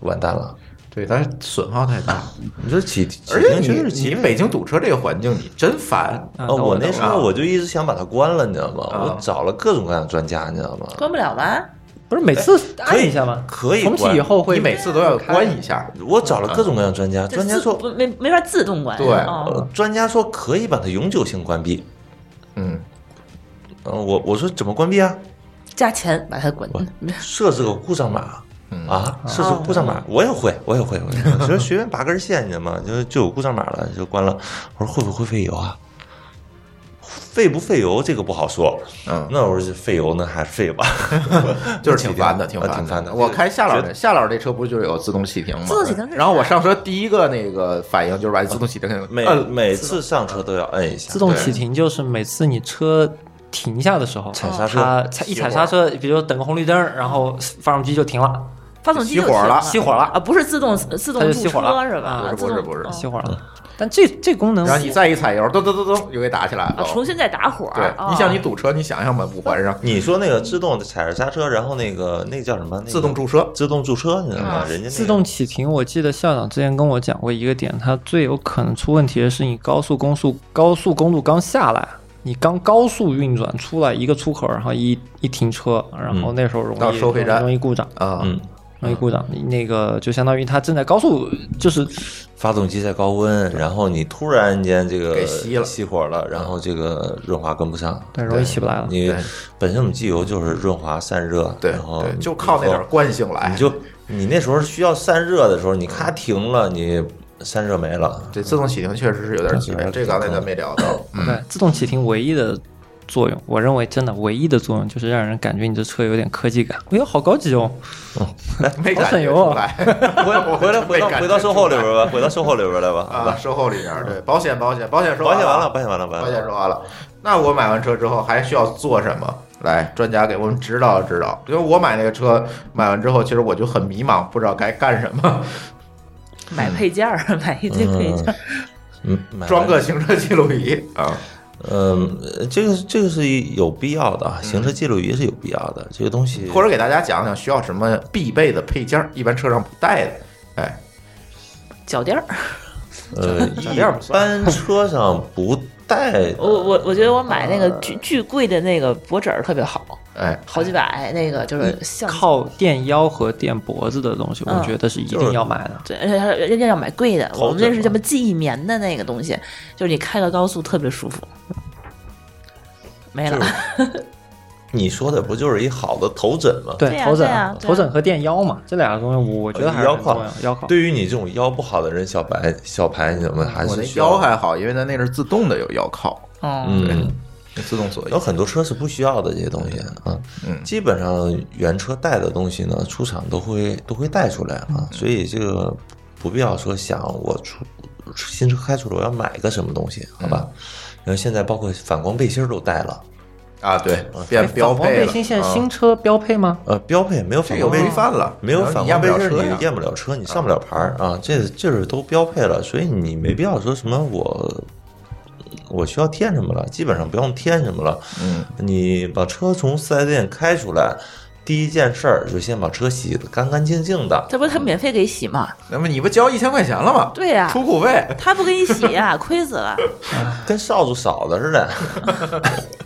Speaker 6: 完蛋了。
Speaker 3: 对，但是损耗太大。
Speaker 6: 你说起，
Speaker 3: 而
Speaker 6: 起
Speaker 3: 且
Speaker 6: 停
Speaker 3: 你
Speaker 6: 是
Speaker 3: 你
Speaker 6: 起
Speaker 3: 北京堵车这个环境，你真烦。
Speaker 5: 啊
Speaker 6: 哦，
Speaker 5: 等
Speaker 6: 我那
Speaker 5: 等
Speaker 6: 时候我就一直想把它关了，你知道吗？
Speaker 3: 啊
Speaker 6: 我找了各种各样的专家，你知道吗？
Speaker 4: 关不了吧？
Speaker 5: 不是每次
Speaker 4: 哎
Speaker 5: 按一下吗？
Speaker 6: 可以
Speaker 5: 从此
Speaker 6: 关
Speaker 5: 以后会
Speaker 3: 你每次都要关一下，
Speaker 6: 我找了各种各样的专家，
Speaker 4: 就
Speaker 6: 专家
Speaker 4: 自
Speaker 6: 说，
Speaker 4: 不没没法自动关。
Speaker 3: 对
Speaker 4: 哦
Speaker 6: 呃专家说可以把它永久性关闭。
Speaker 3: 嗯，
Speaker 6: 嗯，我我说怎么关闭啊？
Speaker 4: 加钱把它滚。
Speaker 6: 设置个故障码
Speaker 3: 嗯
Speaker 6: 啊，设置个故障码，我也会，我也会，我也会 我就随便拔根线，你知道吗？ 就就有故障码了，就关了。我说会不会费油啊？费不费油这个不好说，
Speaker 3: 嗯
Speaker 6: 那我说费油呢还是费吧，
Speaker 3: 就是挺烦的，
Speaker 6: 挺
Speaker 3: 烦
Speaker 6: 啊挺烦的。
Speaker 3: 我开夏老
Speaker 6: 觉
Speaker 3: 的，夏老这车不就有自动启停吗？
Speaker 4: 自动启停是啊
Speaker 3: 然后我上车第一个那个反应就是
Speaker 6: 啊
Speaker 3: 把自动启停给
Speaker 6: 每
Speaker 3: 摁
Speaker 6: 每次上车都要摁一下
Speaker 5: 自动启停，就是每次你车停下的时候，
Speaker 6: 踩刹车
Speaker 5: 它踩一踩刹车，比如等个红绿灯，然后发动机就停了，
Speaker 4: 发动
Speaker 3: 熄
Speaker 4: 机就
Speaker 3: 火了嗯
Speaker 5: 熄火了，
Speaker 4: 啊，不是自动自动
Speaker 5: 它就
Speaker 4: 驻
Speaker 5: 熄
Speaker 4: 车
Speaker 5: 火了
Speaker 4: 是吧
Speaker 3: 不
Speaker 5: 啊？
Speaker 3: 是
Speaker 4: 自动
Speaker 3: 不是不是
Speaker 5: 熄火了。但这这功能，
Speaker 3: 然后你再一踩油，咚咚咚咚又给打起来
Speaker 4: 啊，
Speaker 3: 了。
Speaker 4: 重新再打火。
Speaker 3: 对，
Speaker 4: 哦
Speaker 3: 你想你堵车，你想想吧，五环上
Speaker 6: 你说那个自动踩着刹车，然后那个那个叫什么？那个
Speaker 3: 自动驻车，
Speaker 6: 自动驻车，你知道吗？
Speaker 3: 啊
Speaker 6: 人家那个
Speaker 5: 自动启停，我记得校长之前跟我讲过一个点，它最有可能出问题的是你高速公路高速公路刚下来，你刚高速运转出来一个出口，然后一一停车，然后那时候容易、
Speaker 3: 嗯到收费站
Speaker 5: 容易故障，
Speaker 3: 啊，
Speaker 6: 嗯，
Speaker 5: 容易故障。你那个就相当于它正在高速，就是
Speaker 6: 发动机在高温，然后你突然间这个
Speaker 3: 给熄了啊
Speaker 6: 熄火了，然后这个润滑跟不上。
Speaker 5: 对容易起不来了。
Speaker 6: 你
Speaker 3: 对
Speaker 6: 本身我们机油就是润滑散热，
Speaker 3: 对
Speaker 6: 然哦嗯后
Speaker 3: 对，就靠那点哎惯性来。
Speaker 6: 你就你那时候需要散热的时候，你咔停了，你散热没 了。
Speaker 3: 对自动启停确实是有点鸡肋，这刚才咱没聊 到。
Speaker 5: 对，自动启停唯一的作用，我认为真的唯一的作用就是让人感觉你这车有点科技感。哎呦，好高级哦！
Speaker 3: 嗯 没
Speaker 5: 好
Speaker 3: 感
Speaker 5: 省
Speaker 3: 觉
Speaker 5: 油
Speaker 3: 出
Speaker 5: 啊
Speaker 3: 来，
Speaker 6: 回回来回到回到售后里边吧，回到售后里边来吧。好
Speaker 3: 啊，
Speaker 6: 吧，
Speaker 3: 售后里边对保险保险保险说
Speaker 6: 保险完
Speaker 3: 完哎
Speaker 6: 了，，保险完了，保
Speaker 3: 保
Speaker 6: 险
Speaker 3: 险说完了。那我买完车之后还需要做什么？来，专家给我们指导指导。因为我买那个车买完之后，其实我就很迷茫，不知道该干什么。
Speaker 4: 买配件儿， 买一堆配件儿。
Speaker 6: 嗯，买完
Speaker 3: 装个行车记录仪啊，
Speaker 6: 嗯，呃这个是这个是有必要的，啊，行车记录仪是有必要的，这个东西
Speaker 3: 或者给大家讲讲需要什么必备的配件儿，一般车上不带的。哎，
Speaker 4: 脚垫儿，
Speaker 6: 呃，一般车上不带
Speaker 4: 我我我觉得我买那个巨巨贵的那个脖枕儿特别好，
Speaker 3: 啊哎，
Speaker 4: 好几百那个就是像
Speaker 5: 靠垫腰和垫脖子的东西，
Speaker 4: 嗯
Speaker 5: 我觉得是一定要买的。
Speaker 4: 对，而且他人家要买贵的，
Speaker 6: 头
Speaker 4: 我们这
Speaker 6: 枕
Speaker 4: 是
Speaker 6: 嘛
Speaker 4: 什么记忆棉的那个东西，就是你开个高速特别舒服。没了，
Speaker 6: 你说的不就是一好的头枕吗？，
Speaker 4: 对
Speaker 5: 对，
Speaker 4: 呀
Speaker 5: 头
Speaker 4: 对呀对
Speaker 5: 枕、
Speaker 4: 呀啊
Speaker 5: 头枕和垫腰嘛，这两个东西我我觉得还是
Speaker 6: 腰
Speaker 5: 很
Speaker 6: 靠
Speaker 5: 重要。腰靠，
Speaker 6: 对于你这种腰不好的人，小白小白，你怎么还
Speaker 3: 我
Speaker 6: 是
Speaker 3: 那
Speaker 6: 需要
Speaker 3: 腰还好，因为它那是自动的有腰靠，
Speaker 4: 嗯，
Speaker 6: 嗯，
Speaker 3: 自动锁
Speaker 6: 有
Speaker 3: 腰。
Speaker 6: 很多车是不需要的这些东西啊。
Speaker 3: 嗯
Speaker 6: 基本上原车带的东西呢，出厂都会都会带出来
Speaker 3: 嗯
Speaker 6: 啊，所以这个不必要说想我出新车开出来我要买个什么东西，好
Speaker 3: 嗯
Speaker 6: 吧？然后现在包括反光背心儿都带了，
Speaker 3: 啊，对，变
Speaker 5: 哎
Speaker 3: 标
Speaker 5: 反光
Speaker 3: 配
Speaker 5: 背
Speaker 3: 了。
Speaker 5: 心现在
Speaker 3: 啊
Speaker 5: 新车标配吗？
Speaker 6: 呃，标配没有
Speaker 3: 这
Speaker 6: 反
Speaker 3: 有
Speaker 6: 光背
Speaker 3: 规
Speaker 6: 心。
Speaker 3: 范了，
Speaker 6: 没有
Speaker 3: 然后
Speaker 6: 反
Speaker 3: 你压
Speaker 6: 光
Speaker 3: 不
Speaker 6: 背
Speaker 3: 了
Speaker 6: 心儿，
Speaker 3: 车
Speaker 6: 你
Speaker 3: 呀
Speaker 6: 验不了车，你上不了牌儿啊！这这是都标配了，所以你没必要说什么我我需要添什么了，基本上不用添什么了。
Speaker 3: 嗯，
Speaker 6: 你把车从四 S 店开出来，第一件事儿就先把车洗得干干净净的。
Speaker 4: 这不是他免费给洗吗？
Speaker 3: 那么你不交一千块钱了吗？
Speaker 4: 对啊呀
Speaker 3: 出库费。
Speaker 4: 他不给你洗呀、 亏死了。
Speaker 6: 跟扫帚扫的似的，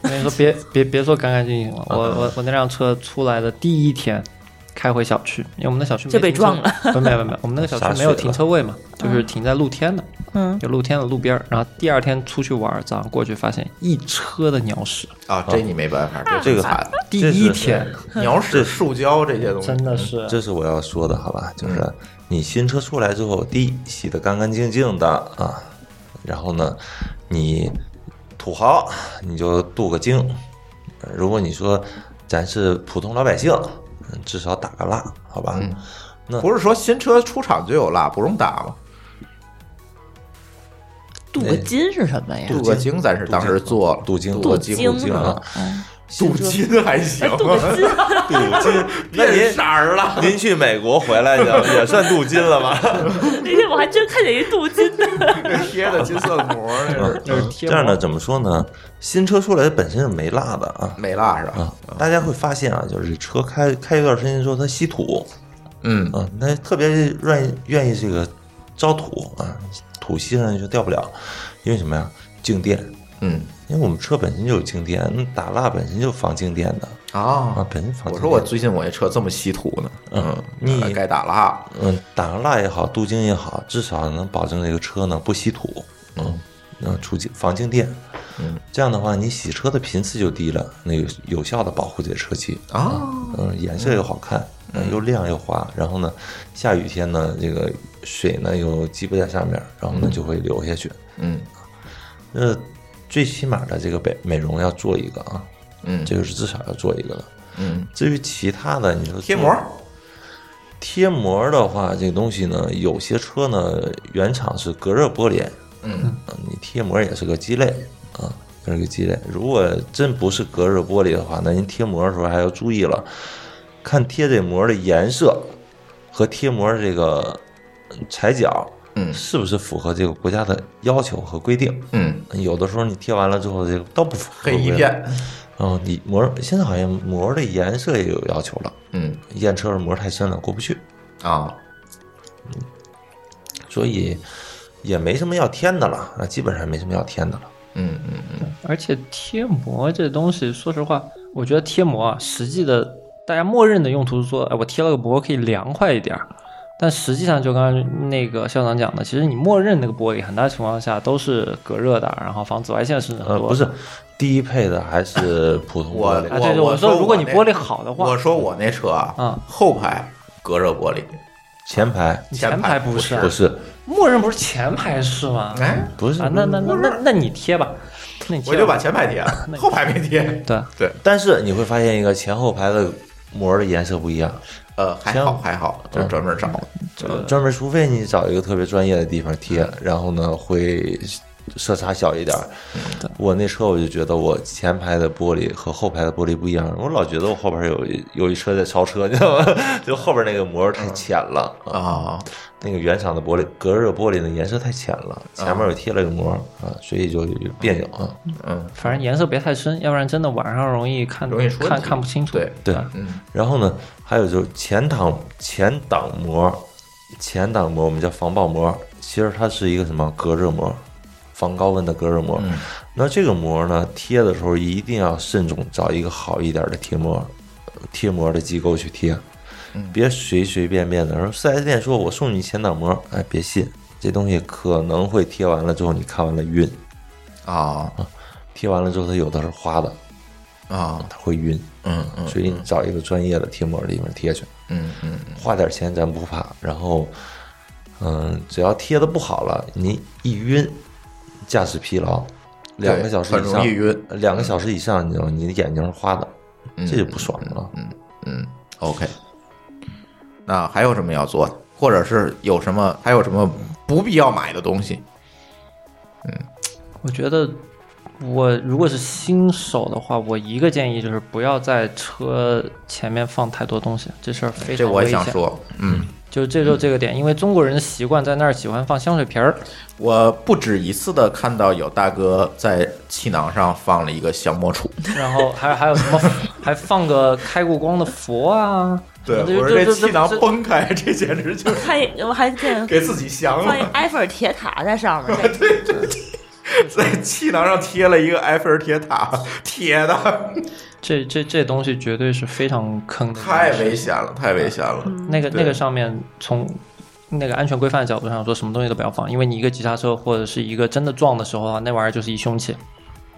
Speaker 5: 我跟你说，别别别说干干净净了，我我我那辆车出来的第一天。开回小区，因为我们那小区没
Speaker 4: 就被
Speaker 5: 停车
Speaker 4: 撞了。
Speaker 5: 不没有没有没有，我们那个小
Speaker 6: 洒
Speaker 5: 区
Speaker 6: 水
Speaker 5: 没有
Speaker 6: 了
Speaker 5: 停车位嘛，就是停在露天的，
Speaker 4: 嗯，
Speaker 5: 有露天的路边儿。然后第二天出去玩儿，早上过去发现一车的鸟屎。
Speaker 3: 啊，这你没办法，
Speaker 6: 这个
Speaker 3: 惨。
Speaker 5: 第
Speaker 6: 这是
Speaker 5: 一天
Speaker 3: 鸟屎、塑胶这些东西，
Speaker 5: 真的是
Speaker 6: 这是我要说的，好吧？就是你新车出来之后，第一洗得干干净净的啊，然后呢，你土豪你就镀个金，呃如果你说咱是普通老百姓，嗯至少打个蜡，好吧？
Speaker 3: 嗯
Speaker 6: 那
Speaker 3: 不是说新车出厂就有蜡，不用打吗？
Speaker 4: 镀个金是什么 呀？
Speaker 3: 镀个金咱是当时做了，
Speaker 6: 镀金
Speaker 3: 镀
Speaker 4: 金
Speaker 3: 镀金
Speaker 6: 啊
Speaker 3: 啊，镀金还行啊，
Speaker 6: 镀金，那
Speaker 3: 变
Speaker 6: 您
Speaker 3: 色儿 了。
Speaker 6: 您去美国 回来的也算镀金了吧？
Speaker 4: 那 天我还真看见一镀金的，
Speaker 3: 贴的金色膜那是
Speaker 5: 就是贴
Speaker 6: 这样
Speaker 5: 膜
Speaker 6: 呢，怎么说呢？新车出来本身是没蜡的啊，
Speaker 3: 没蜡是吧？
Speaker 6: 啊，大家会发现啊，就是车开开一段时间之后，它吸土，
Speaker 3: 嗯
Speaker 6: 啊，那特别愿意愿意这个招土啊，土吸上去就掉不了，因为什么呀？静电，
Speaker 3: 嗯
Speaker 6: 因为我们车本身就有静电，那打蜡本身就防静电的啊
Speaker 3: 啊，
Speaker 6: 本身防静电。
Speaker 3: 我说我最近我这车这么稀土呢，嗯，
Speaker 6: 你
Speaker 3: 该打蜡了，
Speaker 6: 嗯，打上蜡也好，镀金也好，至少能保证这个车呢不吸土，嗯，能除静防静电。
Speaker 3: 嗯，
Speaker 6: 这样的话，你洗车的频次就低了，那有有效的保护这车漆
Speaker 3: 啊，
Speaker 6: 嗯，颜色又好看，嗯，又亮又滑。然后呢，下雨天呢，这个水呢又积不在上面，然后呢就会流下去。
Speaker 3: 嗯
Speaker 6: 那最起码的这个美美容要做一个啊，
Speaker 3: 嗯
Speaker 6: 这个是至少要做一个的。
Speaker 3: 嗯，
Speaker 6: 至于其他的，你说
Speaker 3: 贴
Speaker 6: 做
Speaker 3: 膜，
Speaker 6: 贴膜的话，这个东西呢，有些车呢原厂是隔热玻璃，
Speaker 3: 嗯
Speaker 6: 啊你贴膜也是个鸡肋啊，也是个鸡肋。如果真不是隔热玻璃的话，那您贴膜的时候还要注意了，看贴这膜的颜色和贴膜这个裁角，
Speaker 3: 嗯
Speaker 6: 是不是符合这个国家的要求和规定？
Speaker 3: 嗯，
Speaker 6: 有的时候你贴完了之后，这个都不符合
Speaker 3: 黑一
Speaker 6: 规定
Speaker 3: 片，
Speaker 6: 哦，你膜现在好像膜的颜色也有要求了，
Speaker 3: 嗯
Speaker 6: 验车的膜太深了过不去，
Speaker 3: 啊，
Speaker 6: 所以也没什么要添的了，啊，基本上没什么要添的了。
Speaker 3: 嗯嗯嗯，
Speaker 5: 而且贴膜这东西，说实话，我觉得贴膜啊，实际的大家默认的用途是说，哎，我贴了个膜可以凉快一点儿。但实际上，就刚刚那个校长讲的，其实你默认那个玻璃，很大情况下都是隔热的，然后防紫外线甚至很
Speaker 6: 呃，
Speaker 5: 多。
Speaker 6: 不是，低配的还是普通玻璃
Speaker 3: 我
Speaker 5: 啊，对对，
Speaker 3: 我
Speaker 5: 我
Speaker 3: 说
Speaker 5: 如果
Speaker 3: 我
Speaker 5: 你
Speaker 3: 那
Speaker 5: 玻璃好的话，
Speaker 3: 我说我那车啊
Speaker 5: 啊，
Speaker 3: 后排隔热玻璃，
Speaker 6: 前排
Speaker 5: 你
Speaker 3: 前
Speaker 5: 前
Speaker 3: 排
Speaker 5: 排
Speaker 3: 不
Speaker 5: 不是啊
Speaker 6: 不是
Speaker 5: 默认不是前排是吗？
Speaker 3: 哎，
Speaker 6: 不是
Speaker 5: 啊，那那那那那你贴吧，那你贴
Speaker 3: 我就
Speaker 5: 吧
Speaker 3: 把前排贴了，
Speaker 5: 那
Speaker 3: 后排没贴，
Speaker 5: 对，
Speaker 6: 但是你会发现一个前后排的膜的颜色不一样，
Speaker 3: 呃，还
Speaker 6: 行
Speaker 3: 好还好，这专门找的，
Speaker 6: 呃专门除非你找一个特别专业的地方贴，
Speaker 5: 嗯
Speaker 6: 然后呢会色差小一点儿。
Speaker 5: 嗯
Speaker 6: 我那车我就觉得我前排的玻璃和后排的玻璃不一样，我老觉得我后边有一有一车在超车，你知道吗？ 就后边那个膜
Speaker 5: 嗯
Speaker 6: 太浅了啊，
Speaker 3: 啊，
Speaker 6: 那个原厂的玻璃隔热玻璃的颜色太浅了，前面有贴了个膜啊，所以就有别扭啊。
Speaker 3: 嗯，
Speaker 5: 反正颜色别太深，要不然真的晚上容易看
Speaker 3: 容易出问题
Speaker 5: 看看不清楚。
Speaker 3: 对
Speaker 6: 对
Speaker 5: 啊
Speaker 3: 嗯
Speaker 6: 然后呢，还有就是前挡前挡膜，前挡膜我们叫防爆膜，其实它是一个什么隔热膜，防高温的隔热膜。
Speaker 3: 嗯
Speaker 6: 那这个膜呢，贴的时候一定要慎重，找一个好一点的贴膜，贴膜的机构去贴，
Speaker 3: 嗯
Speaker 6: 别随随便便的。说四 S 店说我送你前挡膜，哎，别信，这东西可能会贴完了之后你看完了晕，
Speaker 3: 啊
Speaker 6: 贴完了之后它有的是花的，
Speaker 3: 啊，
Speaker 6: 它会晕，
Speaker 3: 嗯嗯
Speaker 6: 所以你找一个专业的贴膜的地方贴去。
Speaker 3: 嗯嗯
Speaker 6: 花点钱咱不怕，然后，嗯，只要贴的不好了，你一晕，驾驶疲劳，两个小时
Speaker 3: 很
Speaker 6: 以
Speaker 3: 容
Speaker 6: 上
Speaker 3: 易晕
Speaker 6: 两个小时以上，你知道吗你的眼睛是花的，
Speaker 3: 嗯
Speaker 6: 这就不爽了。
Speaker 3: 嗯，OK。那还有什么要做的，或者是有什么还有什么不必要买的东西？
Speaker 5: 我觉得我如果是新手的话，我一个建议就是不要在车前面放太多东西，这事儿非
Speaker 3: 这
Speaker 5: 常
Speaker 3: 我
Speaker 5: 危
Speaker 3: 也
Speaker 5: 险。
Speaker 3: 想说，嗯，
Speaker 5: 就这就这个点，因为中国人的习惯在那儿喜欢放香水瓶儿，
Speaker 3: 我不止一次的看到有大哥在气囊上放了一个降魔杵，
Speaker 5: 然后还 还有什么还放个开过光的佛啊，就
Speaker 3: 我
Speaker 5: 就
Speaker 3: 说这
Speaker 5: 就
Speaker 3: 气囊
Speaker 5: 就
Speaker 3: 崩开， 这简直就
Speaker 4: 看一我还见
Speaker 3: 给自己降
Speaker 4: 放一
Speaker 3: 了。
Speaker 4: 埃菲尔铁塔在上面， 这
Speaker 3: 在气囊上贴了一个埃菲尔铁塔， 铁的，
Speaker 5: 这这这东西绝对是非常坑的，
Speaker 3: 太危险了，太危险了。
Speaker 5: 那个
Speaker 3: 对
Speaker 5: 那个上面从那个安全规范角度上说，什么东西都不要放，因为你一个急刹车或者是一个真的撞的时候啊，那玩意儿就是一凶器。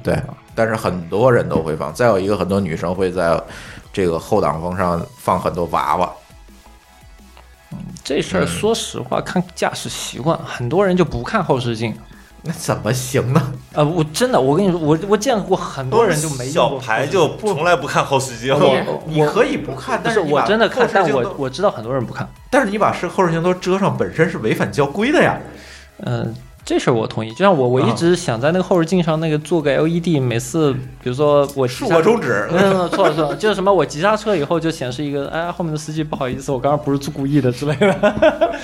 Speaker 3: 对，嗯但是很多人都会放。再有一个，很多女生会在这个后挡风上放很多娃娃。
Speaker 5: 这事
Speaker 3: 嗯
Speaker 5: 儿说实话，看驾驶习惯，很多人就不看后视镜。
Speaker 3: 那怎么行呢？
Speaker 5: 呃，我真的，我跟你说，我我见过很多人就没用过后视镜
Speaker 6: 从来不看后视镜
Speaker 3: 我你可以不看，
Speaker 5: 不
Speaker 3: 但
Speaker 5: 是
Speaker 3: 是你把
Speaker 5: 我真的看，
Speaker 3: 后视
Speaker 5: 但
Speaker 3: 镜
Speaker 5: 我
Speaker 3: 都
Speaker 5: 我知道很多人不看。
Speaker 3: 但是你把是后视镜都遮上，本身是违反交规的呀。
Speaker 5: 嗯、这事儿我同意。就像我，我
Speaker 3: 啊
Speaker 5: 一直想在那个后视镜上那个做个 LED，每次比如说我
Speaker 3: 竖
Speaker 5: 急刹
Speaker 3: 个中指
Speaker 5: 没有没有错了错了，就是什么我急刹车以后就显示一个，哎，后面的司机不好意思，我刚刚不是故意的 之类的。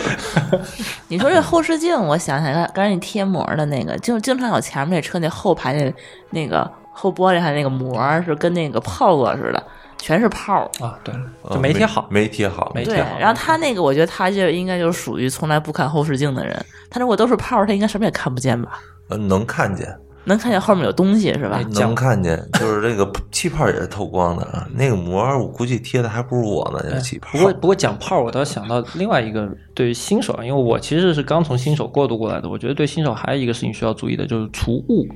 Speaker 4: 你说这后视镜，我想想，刚刚才你贴膜的那个，就经常有前面那车那后排那那个后玻璃上那个膜儿是跟那个泡沫似的，全是泡儿。
Speaker 5: 啊，对，
Speaker 6: 呃
Speaker 5: 就没贴好，
Speaker 6: 没贴好，
Speaker 5: 没
Speaker 4: 对，
Speaker 5: 贴好
Speaker 4: 然后他那个，我觉得他就应该就是属于从来不看后视镜的人。他如果都是泡儿，他应该什么也看不见吧？
Speaker 6: 呃能看见，
Speaker 4: 能看见后面有东西是吧？
Speaker 5: 讲
Speaker 6: 能看见，就是这个气泡也是透光的啊。那个膜儿我估计贴的还不如我呢，那个气泡。
Speaker 5: 嗯不过不过讲泡儿，我倒想到另外一个对于新手，因为我其实是刚从新手过渡过来的，我觉得对新手还有一个事情需要注意的就是除雾。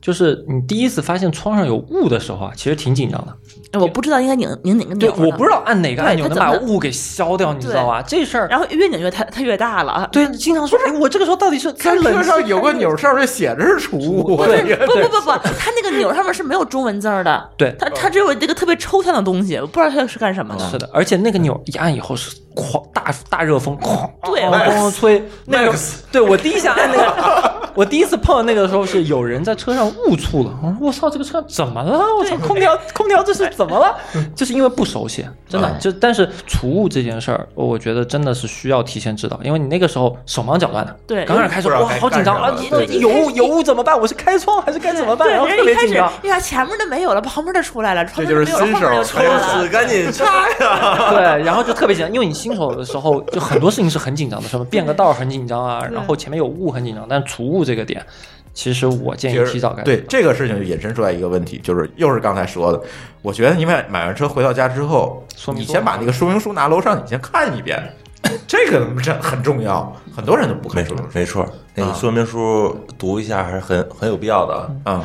Speaker 5: 就是你第一次发现窗上有雾的时候啊，其实挺紧张的。
Speaker 4: 哎我不知道应该拧拧哪个钮
Speaker 5: 对，
Speaker 4: 儿呢，
Speaker 5: 我不知道按哪个按钮
Speaker 4: 对
Speaker 5: 能
Speaker 4: 它
Speaker 5: 把
Speaker 4: 怎么
Speaker 5: 雾给消掉，你知道吧？这事儿，
Speaker 4: 然后越拧越它它越大了啊！
Speaker 5: 对，经常说，哎，我这个时候到底是开
Speaker 3: 看
Speaker 5: 冷
Speaker 3: 车
Speaker 5: 气
Speaker 3: 上有个钮儿，上面写着是储物，
Speaker 5: 对
Speaker 4: 不不不不，它那个钮儿上面是没有中文字儿的，
Speaker 5: 对
Speaker 3: 哦
Speaker 4: 它它只有这个特别抽象的东西，我不知道它是干什么的。
Speaker 5: 是的，而且那个钮一按以后是狂大大热风，狂
Speaker 4: 对
Speaker 5: 咣咣咣吹那个，对我第一下按那个， 我第一次碰到那个的时候是有人在车上误触了，我说我操，这个车怎么了？我操，空调空调这是怎 么了？就是因为不熟悉，真的就但是除雾这件事儿，我觉得真的是需要提前知道，因为你那个时候手忙脚乱的，
Speaker 4: 对
Speaker 5: 刚开始开车
Speaker 3: 不知道
Speaker 5: 哇
Speaker 3: 该
Speaker 5: 好紧张
Speaker 3: 干什
Speaker 5: 啊
Speaker 3: 么，
Speaker 5: 你
Speaker 3: 对
Speaker 5: 你有雾有雾怎么办？我是开窗还是该怎么办？
Speaker 4: 对，
Speaker 5: 然后特
Speaker 4: 人一
Speaker 5: 别
Speaker 4: 开
Speaker 5: 紧
Speaker 4: 始
Speaker 5: 张，
Speaker 4: 呀，前面的没有了，旁边的出来了，旁
Speaker 3: 这
Speaker 4: 边
Speaker 3: 就
Speaker 4: 的
Speaker 3: 是
Speaker 4: 没有
Speaker 3: 新
Speaker 4: 了，后
Speaker 3: 手
Speaker 4: 面
Speaker 3: 儿哎
Speaker 4: 就出来了。
Speaker 6: 死，赶紧擦呀！
Speaker 5: 对，然后就特别紧张，因为你新手的时候就很多事情是很紧张的，什么变个道儿很紧张啊，然后前面有雾很紧张，但是除雾这个点，其实我建议提早该
Speaker 3: 对这个事情就引申出来一个问题，就是又是刚才说的，我觉得你买买完车回到家之后
Speaker 5: 说，明
Speaker 3: 你
Speaker 5: 书
Speaker 3: 先把那个说明书拿楼上，你先看一 遍，这个这很重要，很多人都不
Speaker 6: 没
Speaker 3: 看说
Speaker 6: 错
Speaker 3: 明，书
Speaker 6: 没
Speaker 5: 啊
Speaker 6: 错，那个说明书读一下还是很很有必要的。
Speaker 5: 嗯
Speaker 6: 啊。
Speaker 3: 啊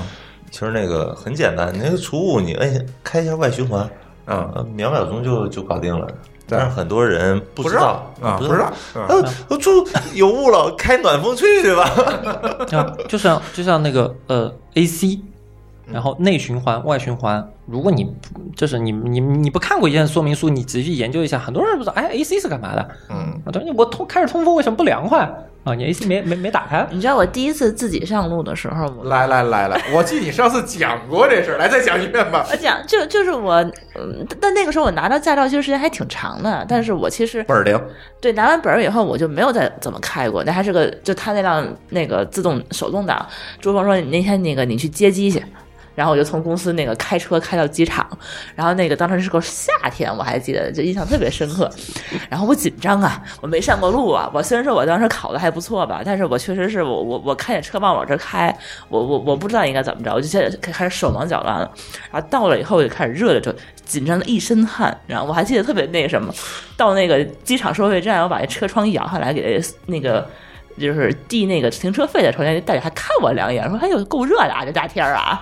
Speaker 6: 其实那个很简单，你那个储物你摁一下开一下外循环，
Speaker 3: 啊，
Speaker 6: 呃，秒秒钟就就搞定了。但是很多人不知道
Speaker 3: 不知道啊
Speaker 6: 不知道，
Speaker 3: 不知道
Speaker 6: 呃，我住有雾了，开暖风吹去吧。
Speaker 5: 啊，就像就像那个呃 AC，
Speaker 3: 嗯
Speaker 5: 然后内循环、外循环，如果你不就是你你你不看过一件说明书，你仔细研究一下，很多人不知道，哎，AC 是干嘛的？
Speaker 3: 嗯，
Speaker 5: 啊，对，我通开着通风为什么不凉快啊？你 AC 没没没打开？
Speaker 4: 你知道我第一次自己上路的时候，我
Speaker 3: 来来来来，我记得你上次讲过这事儿，来再讲一遍吧。
Speaker 4: 我讲就就是我，嗯，但但那个时候我拿到驾照其实时间还挺长的，但是我其实
Speaker 3: 本儿灵，
Speaker 4: 对拿完本儿以后我就没有再怎么开过，那还是个就他那辆那个自动手动挡，朱峰说你那天那个你去接机去。然后我就从公司那个开车开到机场，然后那个当时是个夏天，我还记得就印象特别深刻。然后我紧张啊，我没上过路啊。我虽然说我当时考的还不错吧，但是我确实是我我我看见车往我这开，我我我不知道应该怎么着，我就现在开始手忙脚乱了。然后到了以后我就开始热的就紧张的一身汗，然后我还记得特别那个什么，到那个机场收费站，我把那车窗摇下来给那个。就是递那个停车费的时候，那大姐还看我两眼，说：“哎呦，够热的啊，这大天儿啊！”